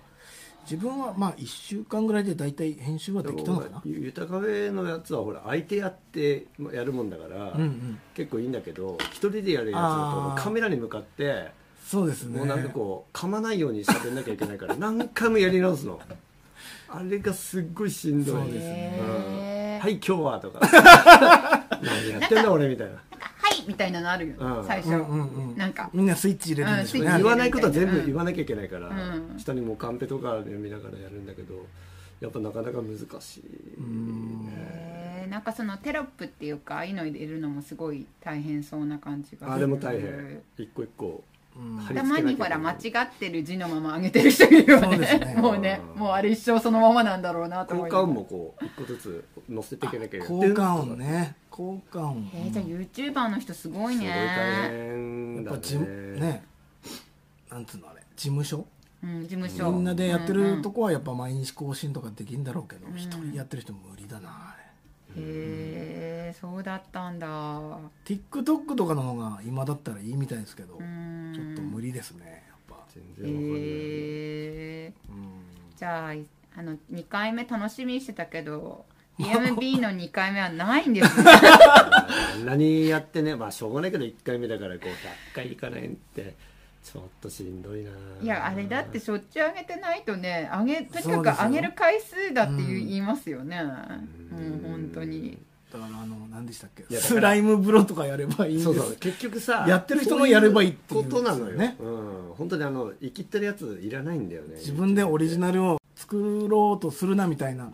Speaker 2: 自分はまあ1週間ぐらいで大体編集はできたのかな
Speaker 1: ゆゆたかべのやつはほら相手やってやるもんだから、
Speaker 2: うんうん
Speaker 1: 結構いいんだけど一人でやるやつだ
Speaker 2: あー
Speaker 1: とカメラに向かって
Speaker 2: そうですね
Speaker 1: もうなんかこう噛まないように喋んなきゃいけない から何回もやり直すのあれがすっごいしんどい
Speaker 2: そうですね
Speaker 1: うん
Speaker 3: へー
Speaker 1: はい今日は とか何やってんだ俺みたいな
Speaker 3: はいみたいなのあるよ、
Speaker 1: うん
Speaker 3: 最初、
Speaker 2: うんうんうん
Speaker 3: なんか
Speaker 2: みんなスイッチ入れるんでしょうね、
Speaker 3: うんスイ
Speaker 1: 言
Speaker 3: ッ
Speaker 1: わないことは全部言わなきゃいけないから、
Speaker 3: うん
Speaker 1: 下にもうカンペとか読みながらやるんだけどやっぱなかなか難しい、
Speaker 3: へーなんかそのテロップっていうかああいうの入れるのもすごい大変そうな感じが
Speaker 1: あれも大変一個一個
Speaker 2: うん
Speaker 1: 貼り付けなきゃいけ
Speaker 3: た
Speaker 1: ない
Speaker 3: まにほら間違ってる字のまま上げてる人いるよ
Speaker 2: そう
Speaker 3: ね
Speaker 2: ですね
Speaker 3: もうねもうあれ一生そのままなんだろうなと思
Speaker 1: 効
Speaker 3: い
Speaker 1: 果音
Speaker 3: ま
Speaker 1: もこう一個ずつ載せていけなきゃいけない
Speaker 2: 効果音ね効果音
Speaker 3: すえー、じゃあ YouTuber の人すごい
Speaker 1: すごい大
Speaker 3: ね
Speaker 1: 変
Speaker 2: や
Speaker 1: だ
Speaker 2: っ
Speaker 1: ね
Speaker 2: ぱじねなんつうのあれ事務所
Speaker 3: うん事務所
Speaker 2: みんなでやって
Speaker 3: うんう
Speaker 2: る
Speaker 3: ん
Speaker 2: とこはやっぱ毎日更新とかできるんだろうけど
Speaker 3: うん
Speaker 2: 一、人やってる人無理だなあれ
Speaker 3: へえそうだったんだう
Speaker 2: TikTok とかの方が今だったらいいみたいですけど、
Speaker 3: ん
Speaker 2: ちょっと無理ですねやっぱ
Speaker 1: 全
Speaker 3: へ
Speaker 1: 然わかんない、
Speaker 3: え
Speaker 2: うん
Speaker 3: じゃああの2回目楽しみにしてたけど DMB の2回目はないんですね
Speaker 1: あんなにやってねまあしょうがないけど1回目だからこう100回いかないってちょっとしんどいないい
Speaker 3: やあれだってしょっちゅう上げてないとね上げと
Speaker 2: そう
Speaker 3: に
Speaker 2: で
Speaker 3: か
Speaker 2: す
Speaker 3: く
Speaker 2: よ
Speaker 3: 上げる回数だって
Speaker 2: う
Speaker 3: 言
Speaker 2: ん
Speaker 3: い言いますよね
Speaker 1: う
Speaker 3: うんん本当に
Speaker 2: だからあの何でしたっけ
Speaker 1: いやだから
Speaker 2: スライム風呂とかやればいいんです
Speaker 1: そうそう結局さ
Speaker 2: やってる人のやればいいってい
Speaker 1: そううことなのよ、
Speaker 2: ね
Speaker 1: うん、本当にあの生きってるやついらないんだよね
Speaker 2: 自分でオリジナルを作ろうとするなみたいな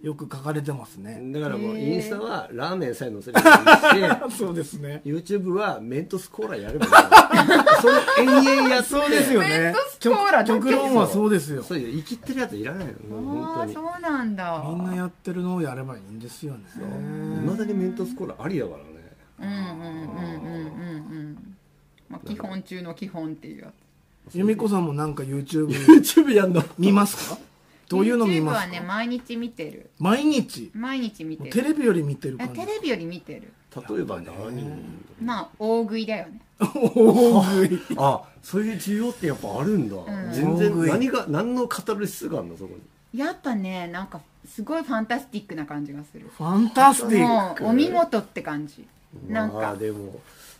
Speaker 2: よく書かれてます ね、
Speaker 1: だからもう
Speaker 3: へー
Speaker 1: インスタはラーメンさえ載せればいいし
Speaker 2: そうですね
Speaker 1: YouTube はメントスコーラやればいいそれ延々やって
Speaker 2: そうですよ
Speaker 3: メ
Speaker 2: ね
Speaker 3: ントスコーラだけ
Speaker 2: 極極論はそうですよ
Speaker 1: そういう生きってるやついらないのもう
Speaker 3: ああ
Speaker 1: 本当に
Speaker 3: そうなんだ
Speaker 2: みんなやってるのをやればいいんですよね
Speaker 1: いまだにメントスコーラありだからね
Speaker 3: うんうんうんうんうんうんまあ基本中の基本っていうやつ
Speaker 2: 由美子さんもなんか YouTube
Speaker 1: YouTube やんの
Speaker 2: 見ますかどういうの見
Speaker 3: YouTube
Speaker 2: ます
Speaker 3: は
Speaker 2: か、
Speaker 3: ね毎日見てる
Speaker 2: 毎日
Speaker 3: 毎日見
Speaker 2: も
Speaker 3: て
Speaker 2: う
Speaker 3: る
Speaker 2: テレビより見てる
Speaker 3: あ
Speaker 2: 感じ
Speaker 3: テレビより見てる
Speaker 1: 例えば何
Speaker 3: まあ大食いだよね
Speaker 2: 大 食い
Speaker 1: あそういう需要ってやっぱあるんだ、
Speaker 3: ん
Speaker 1: 全然
Speaker 2: 大食い
Speaker 1: 何が何の語る必要があるのそこに
Speaker 3: やっぱねなんかすごいファンタスティックな感じがする
Speaker 2: ファンタスティッ
Speaker 3: も
Speaker 2: ク
Speaker 3: うお見事って感じなんか
Speaker 1: まあでも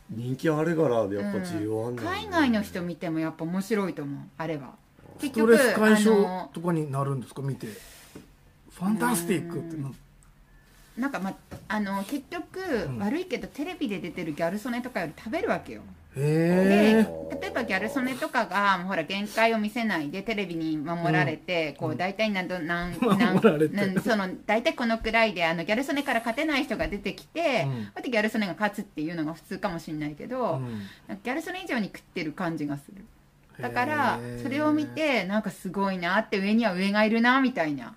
Speaker 1: 人気あるからやっぱ需要あんだ、
Speaker 3: 海外の人見てもやっぱ面白いと思うあれは
Speaker 2: ス
Speaker 3: 結
Speaker 2: トレ
Speaker 3: 局
Speaker 2: ス解
Speaker 3: あ
Speaker 2: 消
Speaker 3: の
Speaker 2: とかになるんですか見てファンタスティックってな
Speaker 3: なんかまあの結局、
Speaker 2: ん
Speaker 3: 悪いけどテレビで出てるギャル曽根とかより食べるわけよで
Speaker 2: へ
Speaker 3: 例えばギャル曽根とかがもうほら限界を見せないでテレビに守られて、こう大体なんどなんな ん
Speaker 2: 守られて
Speaker 3: なんその大体このくらいであのギャル曽根から勝てない人が出てきて、
Speaker 2: うん
Speaker 3: こうやってギャル曽根が勝つっていうのが普通かもしれないけど、
Speaker 2: え、うん
Speaker 3: なんかギャル曽根以上に食ってる感じがするだから
Speaker 2: へー
Speaker 3: それを見てなんかすごいなって上には上がいるなみたいな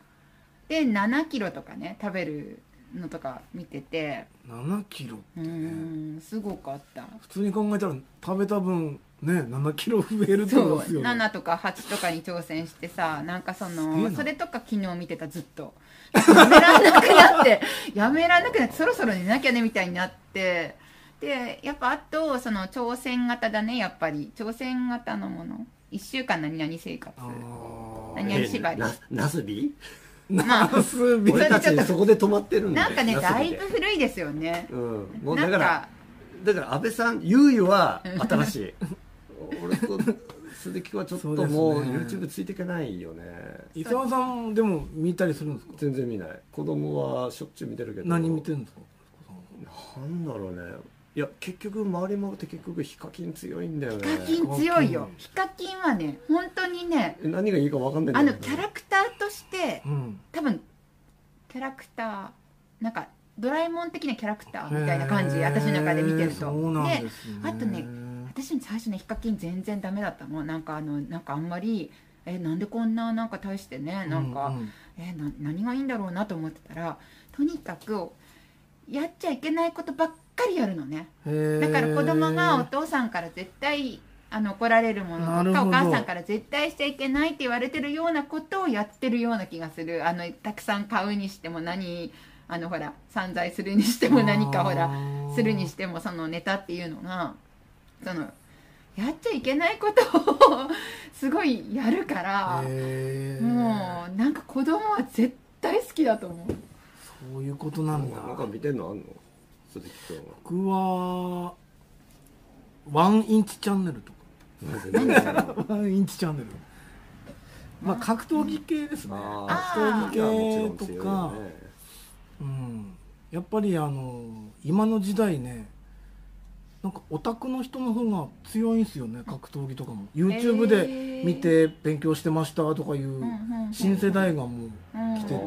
Speaker 3: で7キロとかね食べるのとか見てて
Speaker 2: 7キロ
Speaker 3: うーんすごかった
Speaker 2: 普通に考えたら食べた分ね7キロ増えるって
Speaker 3: そ
Speaker 2: こ
Speaker 3: う
Speaker 2: とですよね
Speaker 3: 7とか8とかに挑戦してさなんかそ
Speaker 2: すげえ
Speaker 3: の
Speaker 2: な
Speaker 3: それとか昨日見てたずっとやめらんなくなって やめらんなくなってそろそろ寝なきゃねみたいになってでやっぱあとその挑戦型だねやっぱり挑戦型のもの1週間何々生活
Speaker 2: あ
Speaker 3: 何々縛り
Speaker 1: ななすび
Speaker 3: まあ
Speaker 2: あすび
Speaker 1: 俺たちそこで止まってるんだよ
Speaker 3: なんかね
Speaker 1: なす
Speaker 3: だい
Speaker 1: びで
Speaker 3: ぶ古いですよね
Speaker 1: うんもう
Speaker 3: な
Speaker 1: だ
Speaker 3: ん
Speaker 1: から
Speaker 3: か
Speaker 1: だから安倍さん優位は新しい俺と鈴木はちょっと
Speaker 2: そうですね
Speaker 1: もう YouTube ついていけないよね
Speaker 2: 伊沢さんでも見たりするんですか
Speaker 1: 全然見ない子供はしょっちゅう見てるけど
Speaker 2: 何見てるんですか
Speaker 1: なんだろうねいや結局回り回って結局ヒカキン強いんだよね
Speaker 3: ヒカキン強いよヒカキンはね本当にね
Speaker 1: え何がいいか分かんないんだよね
Speaker 3: あのキャラクターとして
Speaker 2: うん
Speaker 3: 多分キャラクターなんかドラえもん的なキャラクターみたいな感じ
Speaker 2: へー
Speaker 3: 私の中で見てると
Speaker 2: そうなんですね
Speaker 3: あとね私も最初ねヒカキン全然ダメだったのなんかあのなんかあんまりえなんでこんななんか大してねなんか、
Speaker 2: う
Speaker 3: えな何がいいんだろうなと思ってたらとにかくやっちゃいけないことばっかりやるのね
Speaker 2: へー
Speaker 3: だから子供がお父さんから絶対あの怒られるも
Speaker 2: な
Speaker 3: の
Speaker 2: る
Speaker 3: と
Speaker 2: ほ
Speaker 3: か
Speaker 2: ど
Speaker 3: お母さんから絶対しちゃいけないって言われてるようなことをやってるような気がするあのたくさん買うにしても何あのほら散財するにしても何かほ
Speaker 2: あ
Speaker 3: ら
Speaker 2: ー
Speaker 3: するにしてもそのネタっていうのがそのやっちゃいけないことをすごいやるから
Speaker 2: へー
Speaker 3: もうなんか子供は絶対好きだと思う。
Speaker 2: そういうことなんだ
Speaker 1: なんか見てんのあんの鈴木君は
Speaker 2: 僕はワンインチチャンネルとかワンインチチャンネルまあ格闘技系ですね
Speaker 1: あ
Speaker 2: 格闘
Speaker 1: いやもちろ
Speaker 2: 技
Speaker 1: ん
Speaker 2: 系と
Speaker 1: 強いよ
Speaker 2: か、
Speaker 1: ね
Speaker 2: うん、やっぱりあの今の時代ねなんかオタクの人の方が強いんすよね格闘技とかも YouTube で見て勉強してましたとかいうん
Speaker 3: うん
Speaker 2: 新世代がもう
Speaker 3: うん
Speaker 2: 来てて
Speaker 1: うん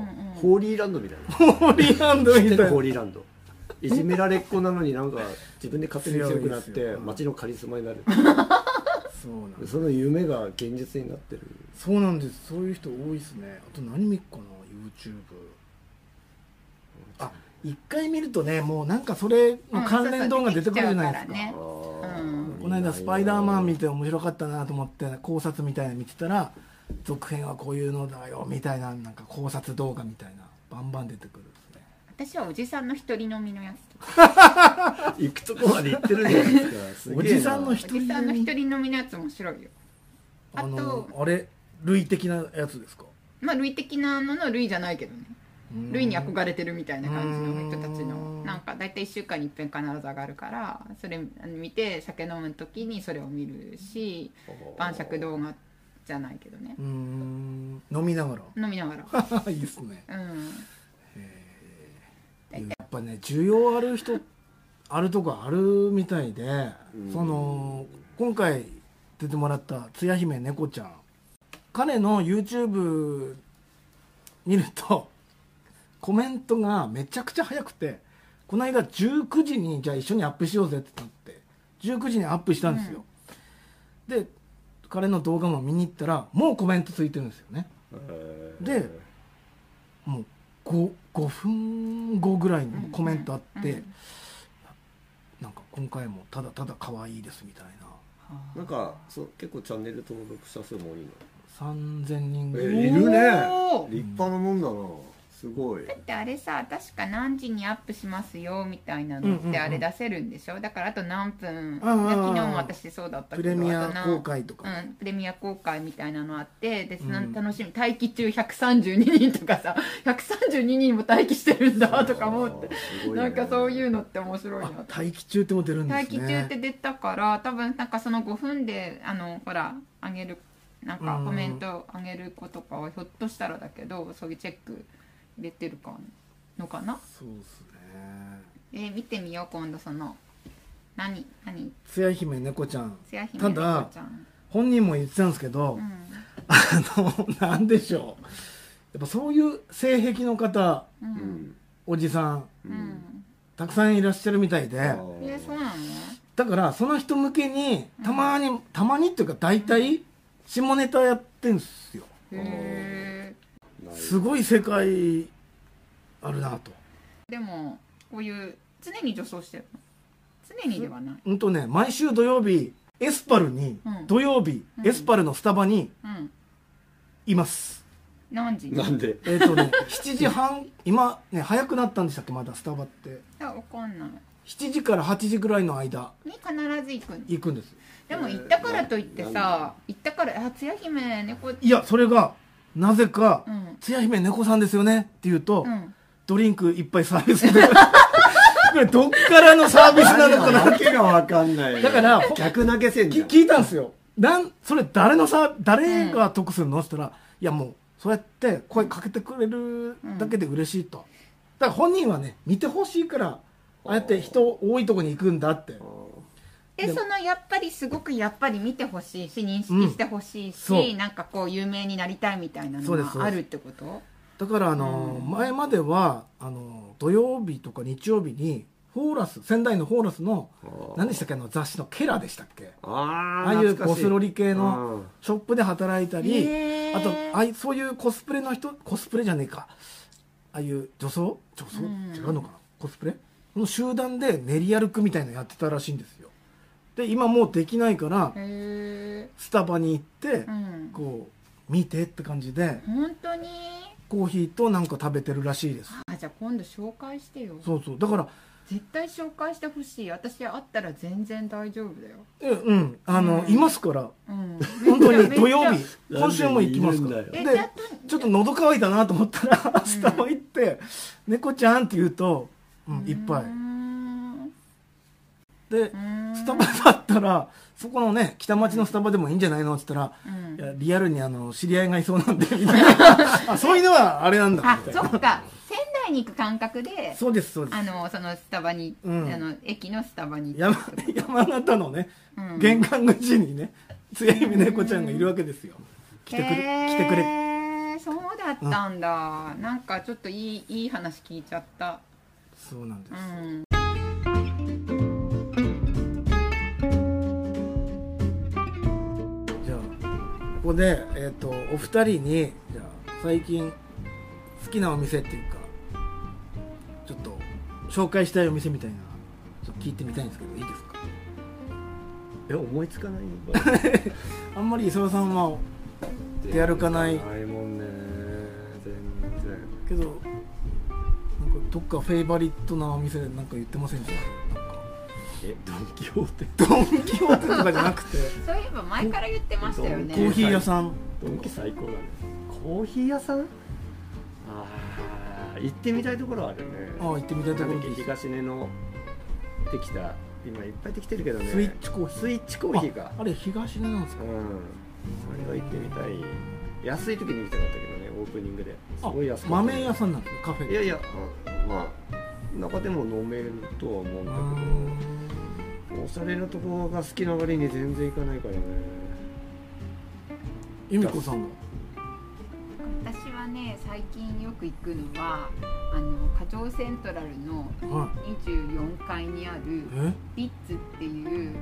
Speaker 3: うん
Speaker 1: ホーリーランドみたいな
Speaker 2: ホーリーランド
Speaker 1: 知
Speaker 2: み
Speaker 1: って
Speaker 2: た
Speaker 1: る
Speaker 2: い
Speaker 1: ホー
Speaker 2: な
Speaker 1: リーランドいじめられっ子なのになんか自分で勝手に強くなっ
Speaker 2: 強いです
Speaker 1: て
Speaker 2: よ
Speaker 1: 街のカリスマになる
Speaker 2: そうなんです
Speaker 1: その夢が現実になってる
Speaker 2: そうなんですそういう人多いですねあと何見っかな YouTube あ一回見るとねもうなんかそれの関連動画出てくるじゃないですか、
Speaker 3: うんそうそう出て
Speaker 1: あ
Speaker 3: きちゃうからね
Speaker 1: ー
Speaker 2: この間スパイダーマン見て面白かったなと思って考察みたいなの見てたら続編はこういうのだよみたいななんか考察動画みたいなバンバン出てくるんですね
Speaker 3: 私はおじさんの一人飲みのやつ
Speaker 1: 行くとこまで行ってるじ ゃないですかすげえな
Speaker 2: おじさんの一
Speaker 3: お
Speaker 2: 人
Speaker 3: じさんの一人飲みのやつ面白いよ
Speaker 2: あの
Speaker 3: あ
Speaker 2: あれ類的なやつですか
Speaker 3: まあ類的なのの類じゃないけどね類に憧れてるみたいな感じの人たち
Speaker 2: う
Speaker 3: の
Speaker 2: ん
Speaker 3: なんか大体1週間に一遍必ず上がるからそれ見て酒飲む時にそれを見るし晩酌動画じゃないけどね
Speaker 2: うーん飲みなが
Speaker 3: 飲みながら
Speaker 2: ら いいっすね
Speaker 3: うん
Speaker 2: やっぱね需要ある人あるとこあるみたいで、その今回出てもらったつや姫猫ちゃん彼の YouTube 見るとコメントがめちゃくちゃ早くてこの間19時にじゃあ一緒にアップしようぜってなって19時にアップしたんですよ、で彼の動画も見に行ったらもうコメントついてるんですよね
Speaker 1: えー
Speaker 2: でもう 5, 5分後ぐらいにコメントあって、
Speaker 3: うんうんうん
Speaker 2: なんか今回もただただ可愛いですみたいな
Speaker 1: なんかそう結構チャンネル登録者数も多いの
Speaker 2: 3000人ぐらい、
Speaker 1: えいるね
Speaker 3: おー
Speaker 1: 立派なもんだなすごい
Speaker 3: だってあれさ確か何時にアップしますよみたいなの
Speaker 2: うんうん
Speaker 3: っ
Speaker 2: うん
Speaker 3: てあれ出せるんでしょ、だからあと何分、
Speaker 2: うんうんうん
Speaker 3: いや昨日も私そうだったけ
Speaker 2: プ
Speaker 3: ど
Speaker 2: レミ
Speaker 3: あ
Speaker 2: ア
Speaker 3: とな
Speaker 2: 公開とか、
Speaker 3: うん、プレミア公開みたいなのあってで、その
Speaker 2: うん
Speaker 3: 楽しみ待機中132人とか さ132人も待機してるんだとか思って、
Speaker 1: すごいね
Speaker 3: なんかそういうのって面白いな
Speaker 2: あ
Speaker 3: と
Speaker 2: 待機中っても出るんですね
Speaker 3: 待機中って出たから多分なんかその5分であのほらあげるなんか
Speaker 2: うん
Speaker 3: コメントあげる子とかはひょっとしたらだけどそういうチェック入れてるかのかな
Speaker 2: そうですね
Speaker 3: えー見てみよう今度その何何
Speaker 2: つや姫猫ちゃん
Speaker 3: つや姫
Speaker 2: た
Speaker 3: の
Speaker 2: だ
Speaker 3: 子ちゃん
Speaker 2: 本人も言ってたんですけど、
Speaker 3: う
Speaker 2: あのなんでしょうやっぱそういう性癖の方
Speaker 1: う
Speaker 3: んうん
Speaker 1: ん
Speaker 2: おじさん
Speaker 1: う
Speaker 3: うんん
Speaker 2: たくさんいらっしゃるみたいで
Speaker 3: えーそうなの
Speaker 2: だからその人向けにたまに、たまにっていうか大体下ネタやってんすよ
Speaker 3: へえ
Speaker 1: ない
Speaker 2: すごい世界あるなと
Speaker 3: でもこういう常に女装してるの常にではない
Speaker 2: うんとね毎週土曜日エスパルに、
Speaker 3: うん
Speaker 2: 土曜日、
Speaker 3: うん
Speaker 2: エスパルのスタバに
Speaker 3: うん
Speaker 2: います
Speaker 3: 何時
Speaker 1: なんで
Speaker 2: えっ、と ね7時半今ね早くなったんでしたっけまだスタバって
Speaker 3: あわかんない
Speaker 2: 7時から8時ぐらいの間
Speaker 3: に必ず行くの
Speaker 2: 行くんです
Speaker 3: でも行ったからといってさ行ったから「あつや姫猫」
Speaker 2: いやそれがなぜか
Speaker 3: うん
Speaker 2: 「つや姫猫さんですよね」って言うと、
Speaker 3: うん
Speaker 2: ドリンクいっぱいサービスで これどっからのサービスなのかな
Speaker 1: わけがわかんない
Speaker 2: だから
Speaker 1: 逆投げせん
Speaker 2: き
Speaker 1: じゃん
Speaker 2: 聞いたんですよなんそれ誰のさ誰が得するのって言ったら「いやもうそうやって声かけてくれるだけで嬉しいと」だから本人はね見てほしいからああやって人多いとこに行くんだって
Speaker 3: で
Speaker 2: でも
Speaker 3: そのやっぱりすごくやっぱり見てほしいし認識してほしいし、
Speaker 2: そう
Speaker 3: なんかこう有名になりたいみたいな
Speaker 2: そう
Speaker 3: の
Speaker 2: ですそう
Speaker 3: が
Speaker 2: で
Speaker 3: あ
Speaker 2: す
Speaker 3: るってこと
Speaker 2: だからあの
Speaker 3: うん
Speaker 2: 前まではあの土曜日とか日曜日にフォーラス仙台のフォーラスの何でしたっけあの雑誌のケラでしたっけ
Speaker 1: あ
Speaker 2: ああいうコスロ
Speaker 1: リ
Speaker 2: リ系のショップで働いたり、
Speaker 3: へー
Speaker 2: あとああいうそういうコスプレの人コスプレじゃねえかああいう女装女装、
Speaker 3: うん
Speaker 2: 違うのかなコスプレこの集団で練り歩くみたいなのやってたらしいんですよで今もうできないから
Speaker 3: へえ
Speaker 2: スタバに行って、
Speaker 3: うん
Speaker 2: こう見てって感じで
Speaker 3: 本当に
Speaker 2: コーヒーとなんか食べてるらしいです
Speaker 3: あじゃあ今度紹介してよ
Speaker 2: そうそうだから
Speaker 3: 絶対紹介してほしい私会ったら全然大丈夫だよ
Speaker 2: えうんあの、
Speaker 3: うん
Speaker 2: いますから
Speaker 3: うん
Speaker 2: 本当に
Speaker 3: めっちゃ
Speaker 2: 土曜日
Speaker 1: めっちゃ
Speaker 2: 今週も行きますか
Speaker 1: な
Speaker 2: ら
Speaker 1: ん
Speaker 2: で
Speaker 1: で
Speaker 3: いるんだよ
Speaker 2: ちょっと喉乾いたなと思ったらスタバ行って「猫ちゃん」って言うと、うん、いっぱ
Speaker 3: う
Speaker 2: い
Speaker 3: ーん
Speaker 2: で
Speaker 3: うーん
Speaker 2: スタバだったらそこのね北町のスタバでもいいんじゃないのって言った
Speaker 3: う
Speaker 2: ら「
Speaker 3: ん
Speaker 2: いやリアルにあの知り合いがいそうなんで」みたい なあそういうのはあれなんだ
Speaker 3: あ
Speaker 2: みたい
Speaker 3: そ
Speaker 2: な
Speaker 3: っか仙台に行く感覚で
Speaker 2: そうですそうで
Speaker 3: あ
Speaker 2: す
Speaker 3: のそのスタバに、
Speaker 2: うん
Speaker 3: あの駅のスタバに行っ
Speaker 2: 山山形のね
Speaker 3: うん
Speaker 2: 玄関口にねつや姫猫ちゃんがいるわけですよ来
Speaker 3: て
Speaker 2: てくれ来てくれ
Speaker 3: へーそうだったんだ、なんかちょっといいいい話聞いちゃった
Speaker 2: そうなんで
Speaker 3: う
Speaker 2: す
Speaker 3: ん
Speaker 2: じゃあここで、えー、とお二人にじゃあ最近好きなお店っていうかちょっと紹介したいお店みたいなちょっと聞いてみたいんですけどいいですか
Speaker 1: え思いつかないの
Speaker 2: あんまり磯田さんは出歩かない
Speaker 1: ないもんね全然
Speaker 2: けどなんかどっかフェイバリットなお店でなんか言ってませんでしたなんか
Speaker 1: えドン・キホーテ
Speaker 2: ドン・キホーテとかじゃなくて
Speaker 3: そういえば前から言ってましたよ
Speaker 2: コー
Speaker 3: ね
Speaker 2: ヒー屋さん
Speaker 1: ドンキ最高だねコーヒー屋さんああ行ってみたいところはあるね
Speaker 2: ああ行ってみたいと
Speaker 1: なん
Speaker 2: ころ
Speaker 1: だっけ
Speaker 2: です
Speaker 1: 東根のできた今いっぱいできてるけどね
Speaker 2: スイッチコーヒー
Speaker 1: スイッチコーヒーか
Speaker 2: ああれ東根なんです
Speaker 1: う
Speaker 2: か
Speaker 1: んそれは行ってみたい安い時に行きたかったけどねオープニングですごい安かった
Speaker 2: 豆屋さんなんですかカフェ
Speaker 1: いやいやあまあ中でも飲めるとは思うん
Speaker 2: うー
Speaker 1: だ
Speaker 2: ん
Speaker 1: けどおしゃれなとこが好きな割に全然行かないからね
Speaker 2: 由美子さんが
Speaker 3: 私はね最近よく行くのはあの花鳥セントラルの
Speaker 2: はい
Speaker 3: 24階にある
Speaker 2: え
Speaker 3: リッツっていう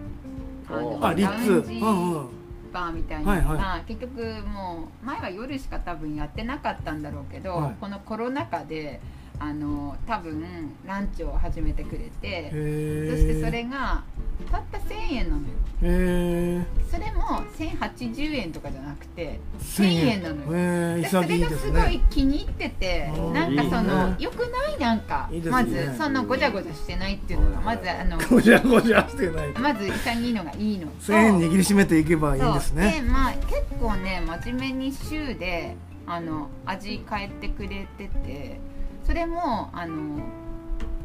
Speaker 3: あの
Speaker 2: あリッツ
Speaker 3: ラウンジ
Speaker 2: うんうん
Speaker 3: バーみたいなのが、
Speaker 2: はいは
Speaker 3: 結局もう前は夜しか多分やってなかったんだろうけど、
Speaker 2: はい
Speaker 3: このコロナ禍であの多分ランチを始めてくれてそ
Speaker 2: へ
Speaker 3: してそれがたった1000円なのよ
Speaker 2: へえ
Speaker 3: それも1080円とかじゃなくて
Speaker 2: 1000
Speaker 3: 1000円なのよ
Speaker 2: のへえ
Speaker 3: でそれ
Speaker 2: 潔い
Speaker 3: が
Speaker 2: です
Speaker 3: すごい
Speaker 2: ね
Speaker 3: 気に入ってて、
Speaker 2: あー
Speaker 3: なんかそ
Speaker 2: いい
Speaker 3: の
Speaker 2: ね
Speaker 3: 良くないなんか
Speaker 2: いいですね
Speaker 3: まずそのごちゃごちゃしてないっていうのがまずあの
Speaker 2: ごじゃごじゃしてない
Speaker 3: まず潔いのがいいのと
Speaker 2: 1000円握りしめていけばいいんです
Speaker 3: そう
Speaker 2: ね
Speaker 3: まあ結構ね真面目に週であの味変えてくれててそれもあの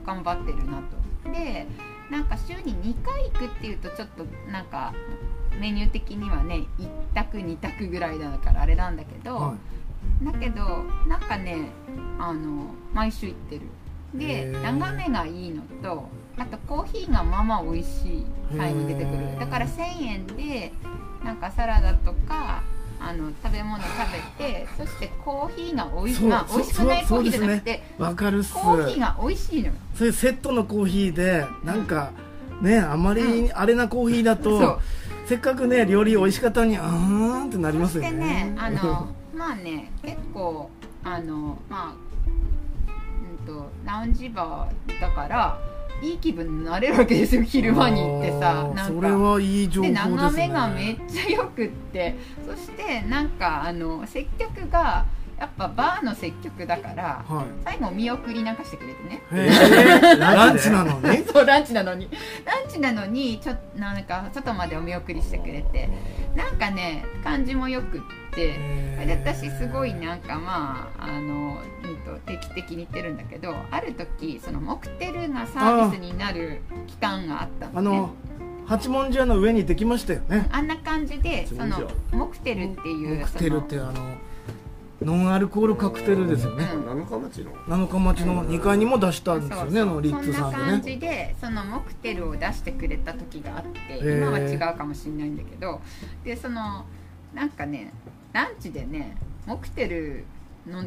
Speaker 3: 頑張ってるなとでなんか週に2回行くっていうとちょっとなんかメニュー的にはね1択2択ぐらいだからあれなんだけど、
Speaker 2: は
Speaker 3: だけどなんかねあの毎週行ってるで
Speaker 2: へー
Speaker 3: 眺めがいいのとあとコーヒーがまあまあ美味しいタイム出てく
Speaker 2: へ
Speaker 3: る
Speaker 2: ー
Speaker 3: だから1000円でなんかサラダとかあの食べ物食べてそしてコーヒーが美味し,、
Speaker 2: そう
Speaker 3: まあ、
Speaker 2: そう
Speaker 3: 美味しくないコーヒーじゃなく
Speaker 2: そうで
Speaker 3: て、
Speaker 2: いわかるっす
Speaker 3: コーヒーが美味しいのよ
Speaker 2: そういうセットのコーヒーでなんかねあまりあれなコーヒーだと、
Speaker 3: そう
Speaker 2: せっかくね料理美味しかったのにあーんってなりますよ
Speaker 3: で
Speaker 2: ね
Speaker 3: ね あのまあね結構あのまあうんとラウンジバーだからいい気分になれるわけですよ昼間に行ってさ
Speaker 2: あー
Speaker 3: なん
Speaker 2: それ
Speaker 3: か。
Speaker 2: はいい情報
Speaker 3: で
Speaker 2: ですね
Speaker 3: 眺めがめっちゃよくってそしてなんかあの接客がやっぱバーの接客だから
Speaker 2: はい
Speaker 3: 最後見送りなんかしてくれてね
Speaker 2: へ ーランチなのに
Speaker 3: そうランチなのにランチなのにちょっとなんか外までお見送りしてくれてなんかね感じもよくってで私すごいなんかまああの、うん、と定期的に行ってるんだけどある時そのモクテルがサービスになる期間があった
Speaker 2: あ
Speaker 3: のね
Speaker 2: の八文字屋の上にできましたよね
Speaker 3: あんな感じでそ
Speaker 1: そうじゃ
Speaker 3: の
Speaker 1: ん
Speaker 3: モクテルっていう
Speaker 2: モクテルってあのノンアルコールカクテルですよね
Speaker 3: うん
Speaker 1: 七日町の
Speaker 2: 七日町の2階にも出した
Speaker 3: そ
Speaker 2: ん
Speaker 3: の
Speaker 2: です
Speaker 3: そ
Speaker 2: よ
Speaker 3: う
Speaker 2: ねあ
Speaker 3: そ
Speaker 2: の
Speaker 3: う
Speaker 2: リ
Speaker 3: そ
Speaker 2: ッ
Speaker 3: ん
Speaker 2: ツ
Speaker 3: な
Speaker 2: さんでね
Speaker 3: 感じでそのモクテルを出してくれた時があって
Speaker 2: ー
Speaker 3: 今は違うかもしれないんだけどでそのなんかねランチでねモクテルの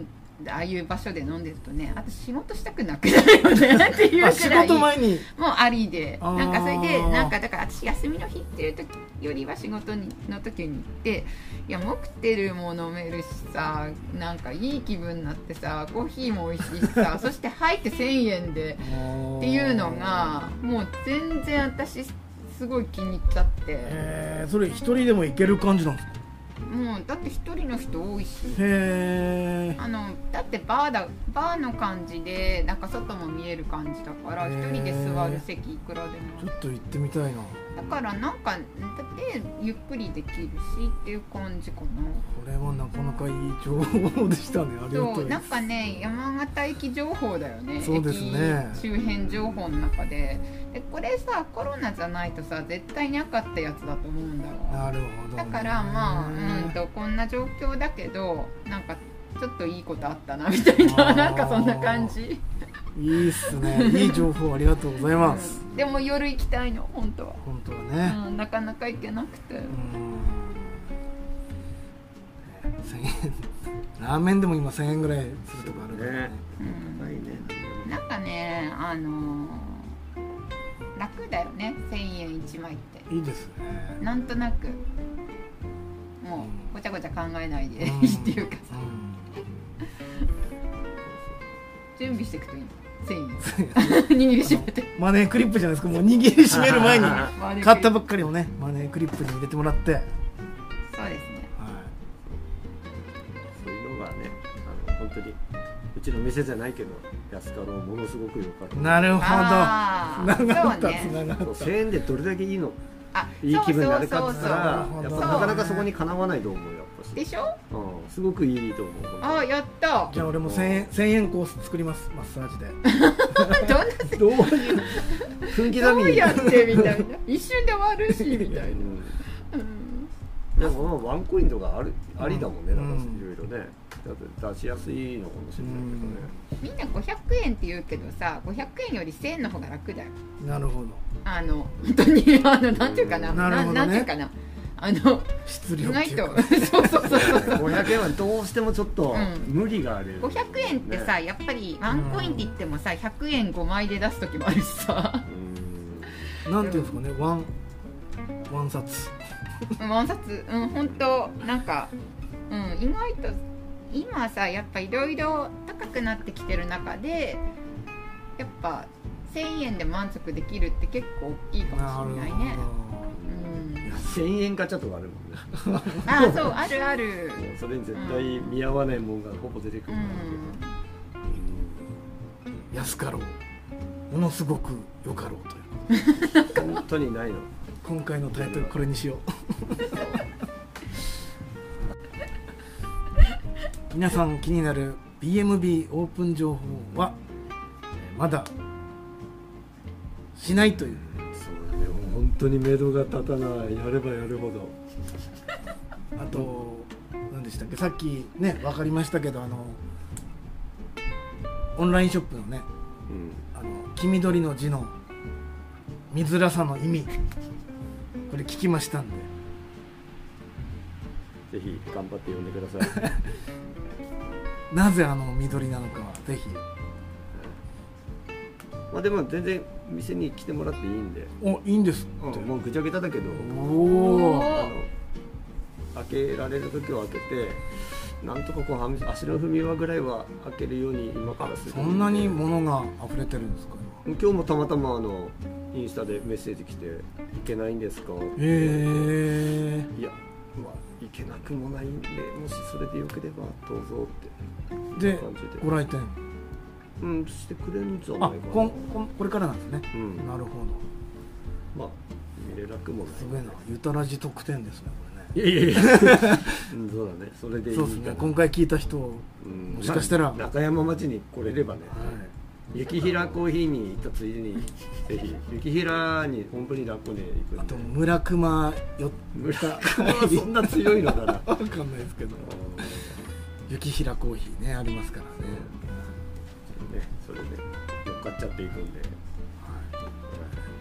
Speaker 3: ああいう場所で飲んでるとねあと仕事したくなくなるよねっていう
Speaker 2: あ
Speaker 3: く
Speaker 2: 仕
Speaker 3: らい
Speaker 2: 事前に
Speaker 3: もうありで
Speaker 2: あー
Speaker 3: なんかそれでなんかだから私休みの日っていう時よりは仕事にの時に行っていやモクテルも飲めるしさなんかいい気分になってさコーヒーも美味しいし さそして入って1000円でっていうのがもう全然私すごい気に入っちゃって
Speaker 2: えーそれ一人でも行ける感じなんですか
Speaker 3: もうだって一人の人多いし
Speaker 2: へえ
Speaker 3: あのだってバーだバーの感じでなんか外も見える感じだから
Speaker 2: へ
Speaker 3: 一
Speaker 2: ー
Speaker 3: 人で座る席いくらでも
Speaker 2: ちょっと行ってみたいなこ
Speaker 3: だからなんかだってゆっくりできるしっていう感じかな
Speaker 2: れはなかなかいい情報でしたねありが
Speaker 3: そ
Speaker 2: と
Speaker 3: う
Speaker 2: う
Speaker 3: なんかね山形駅情報だよね
Speaker 2: そうですね
Speaker 3: 駅周辺情報の中ででこれさコロナじゃないとさ絶対なかったやつだと思うんだわ
Speaker 2: なるほどね
Speaker 3: だからまあうんとこんな状況だけどなんかちょっといいことあったなみたい
Speaker 2: あ
Speaker 3: な
Speaker 2: ー
Speaker 3: なんかそんな感じ、
Speaker 2: いいっす ねいい情報ありがとうございます
Speaker 3: うんでも夜行きたいの本当は、
Speaker 2: 本当はね
Speaker 3: うん、なかなか行けなくて
Speaker 2: うん1000円ラーメンでも今1000円ぐらいするとこあるからね
Speaker 1: ね
Speaker 3: うん
Speaker 1: ないね
Speaker 3: なんかね、あのー楽だよね、1000円1枚って。
Speaker 2: いいですね
Speaker 3: なんとなく、もうごちゃごちゃ考えないでいいっていうかさ、準備していくといいの。1000円。握りしめて。
Speaker 2: マネークリップじゃないですかもう握りしめ る前に
Speaker 1: あ
Speaker 2: 買ったばっかりをねマネークリップに入れてもらって、はい、
Speaker 3: そうですね。
Speaker 1: そういうのがねあの本当にうちの店じゃないけど安かろうものすごく良かった
Speaker 2: なるほど
Speaker 3: あー
Speaker 2: つながった
Speaker 3: そう
Speaker 2: つ
Speaker 3: ね
Speaker 2: ながった
Speaker 1: そう1000円でどれだけいいの
Speaker 3: あ、
Speaker 1: いい気分になるかっ
Speaker 3: そ
Speaker 1: て
Speaker 3: う
Speaker 1: 言った
Speaker 3: そうそ
Speaker 1: ら
Speaker 2: そ
Speaker 3: う
Speaker 2: うそ
Speaker 1: やっ
Speaker 2: うそう
Speaker 1: ぱなかなかそこにかなわないと思うよやっ
Speaker 3: そう。
Speaker 1: ぱ
Speaker 3: で
Speaker 1: し、
Speaker 3: しょ
Speaker 1: うん、すごくいいと思う本当に
Speaker 3: あ、やった。
Speaker 2: じゃあ俺も1000円1000円コース作りますマッサージで
Speaker 3: どんな、
Speaker 1: どういう分刻
Speaker 3: ど
Speaker 1: み
Speaker 3: う
Speaker 1: に
Speaker 3: やってみたいな。一瞬で終わるし、みたいな。うん
Speaker 1: でもまあワンコインとかあるありだもんね、
Speaker 2: う
Speaker 1: なんんかいろいろね、だって出しやすいのかもしれない
Speaker 3: みんな500円って言うけどさ、500円より1000円の方が楽だよ。
Speaker 2: なるほど
Speaker 3: あの本当にあのなんていうかな、
Speaker 2: なるほどね
Speaker 3: ななんていうかなあの
Speaker 2: 質
Speaker 3: 意
Speaker 2: 量って
Speaker 3: 外
Speaker 2: いうか
Speaker 3: と そうそ うそうそう
Speaker 1: けどね、500円はどうしてもちょっと
Speaker 3: うん
Speaker 1: 無理がある、
Speaker 3: 500円ってさ、やっぱりワンコインって言ってもさ100円5枚で出す時もあるしさ
Speaker 1: うん
Speaker 2: なんていうんですかねワンワン冊
Speaker 3: ワン冊うん本当なんか、うん、意外と今さやっぱいろいろ高くなってきてる中でやっぱ1000円で満足できるって結構大きいか
Speaker 2: な
Speaker 3: も
Speaker 2: る
Speaker 3: しれない
Speaker 2: ほ
Speaker 3: ね、
Speaker 2: ど
Speaker 3: うん、
Speaker 1: 1000円ガチャとかあるもんね
Speaker 3: ああそうあるある
Speaker 1: それに絶対見合わないもんがほぼ出てく
Speaker 3: う
Speaker 1: るから、
Speaker 3: ん
Speaker 2: 安かろうものすごく良かろうという
Speaker 1: 本当にないの
Speaker 2: 今回のタイトルこれにし よう皆さん気になる BMB オープン情報はえーまだしないという
Speaker 1: そうだねもう本当に目処が立たないやればやるほど
Speaker 2: あと何でしたっけさっきね分かりましたけどあのオンラインショップのね
Speaker 1: うん
Speaker 2: あの黄緑の字の見づらさの意味これ聞きましたんで
Speaker 1: ぜひ頑張って呼んでください
Speaker 2: なぜあの緑なのかはぜひ
Speaker 1: まあでも全然店に来てもらっていいんで、
Speaker 2: おいいんですって、
Speaker 1: もうぐちゃぐちゃだけど、
Speaker 2: おお
Speaker 1: あの開けられる時は開けてなんとかこうはみ足の踏み場ぐらいは開けるように今からする
Speaker 2: そんなに物が溢れてるんですか今
Speaker 1: 今日もたまたまあのインスタでメッセージ来て「いけないんですか?」
Speaker 2: え
Speaker 1: いやまあいけなくもないんでもしそれでよければどうぞって
Speaker 2: ー、で
Speaker 1: 感じで
Speaker 2: ご来店
Speaker 1: うんしてくれるんじゃな
Speaker 2: あ
Speaker 1: いかな
Speaker 2: こんこんこれからなんですね、
Speaker 1: うん
Speaker 2: なるほど
Speaker 1: まあ見れなくもない
Speaker 2: すごいなゆたらじ特典ですね
Speaker 1: いやいや いやうんそうだねそれ
Speaker 2: こ
Speaker 1: でい
Speaker 2: れね
Speaker 1: い
Speaker 2: そうです
Speaker 1: か
Speaker 2: ね
Speaker 1: な
Speaker 2: 今回聞いた人、
Speaker 1: うん
Speaker 2: もしかしたら、
Speaker 1: まあ中山町に来れればね
Speaker 2: はい
Speaker 1: 雪平コーヒーに行ったついでにぜひ雪平に本当にラッコで行く
Speaker 2: あ
Speaker 1: んで
Speaker 2: と村熊よ
Speaker 1: 村上そんな強いのかな
Speaker 2: わかんないですけど雪平コーヒーねありますからね、
Speaker 1: うんねそれで乗っかっちゃっていくんで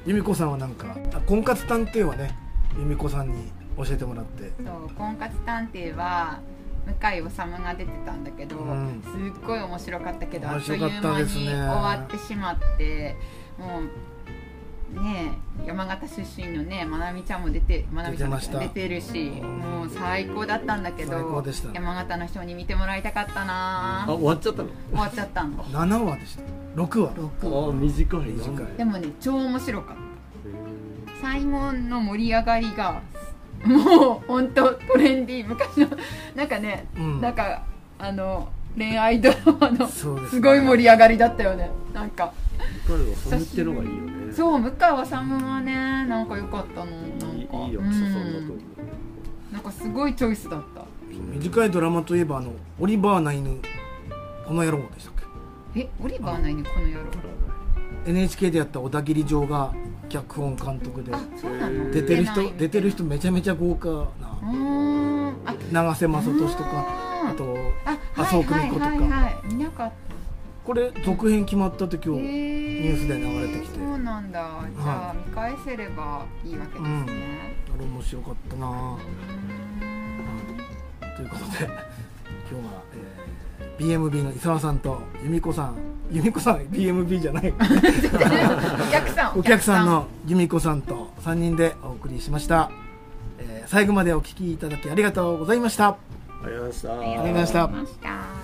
Speaker 2: 由美子さんはなんかあ婚活探偵はね由美子さんに教えてもらって
Speaker 3: そう婚活探偵は向井理が出てたんだけど、
Speaker 2: うん
Speaker 3: すっごい面白かったけどあ
Speaker 2: 面
Speaker 3: っとい
Speaker 2: 白
Speaker 3: う
Speaker 2: か
Speaker 3: 間
Speaker 2: っ
Speaker 3: に
Speaker 2: たですね
Speaker 3: 終わってしまってもうねえ山形出身のねまなみちゃんも出てまなみちゃんも
Speaker 2: 出てました
Speaker 3: 出てるしもう最高だったんだけ
Speaker 2: 最高
Speaker 3: ど、
Speaker 2: でしたね
Speaker 3: 山形の人に見てもらいたかったな
Speaker 1: あ終わっちゃったの
Speaker 3: 終わっちゃったの
Speaker 2: 7話でした6話
Speaker 1: ああ短い
Speaker 2: 短い
Speaker 1: なん
Speaker 3: で
Speaker 1: で
Speaker 3: もね超面白かった
Speaker 1: へ
Speaker 3: 最後の盛り上がりがもう本当トレンディー昔のなんかね、
Speaker 2: うん
Speaker 3: なんかあの恋愛ドラマの
Speaker 2: そうですね
Speaker 3: すごい盛り上がりだったよねなんか
Speaker 1: え彼はそれってのがいいよね
Speaker 3: そう向井理はねなんか良かったのなん
Speaker 1: いいい
Speaker 3: か
Speaker 1: いよ
Speaker 3: うん
Speaker 1: そんだと思う
Speaker 3: なんかすごいチョイスだった
Speaker 2: 短いドラマといえばあのオリバーな犬この野郎でしたっ
Speaker 3: えオリバーないねこの野郎
Speaker 2: け NHK でやった小田切城が脚本監督で
Speaker 3: あそうなの
Speaker 2: 出てる人
Speaker 3: 見ない
Speaker 2: 出てる人めちゃめちゃ豪華な
Speaker 3: うーんあ
Speaker 2: 長瀬正俊とか
Speaker 3: うん
Speaker 2: あと
Speaker 3: あ
Speaker 2: 麻生久
Speaker 3: は
Speaker 2: 美
Speaker 3: い
Speaker 2: 子と
Speaker 3: は
Speaker 2: か
Speaker 3: いはいはい見なかった
Speaker 2: これ続編決まったって今
Speaker 3: へ
Speaker 2: 日
Speaker 3: ー
Speaker 2: ニュースで流れてきて
Speaker 3: そうなんだじゃあ見返せればいいわけですね、
Speaker 2: あれ面白かったなぁということで 今日は、えー BMB の伊沢さんと由美子さん由美子さん BMB じゃない
Speaker 3: お客さん
Speaker 2: お客さんの由美子さんと3人でお送りしました、えー最後までお聞きいただきありがとうございました
Speaker 1: ありがとうございました
Speaker 3: ありがとうございました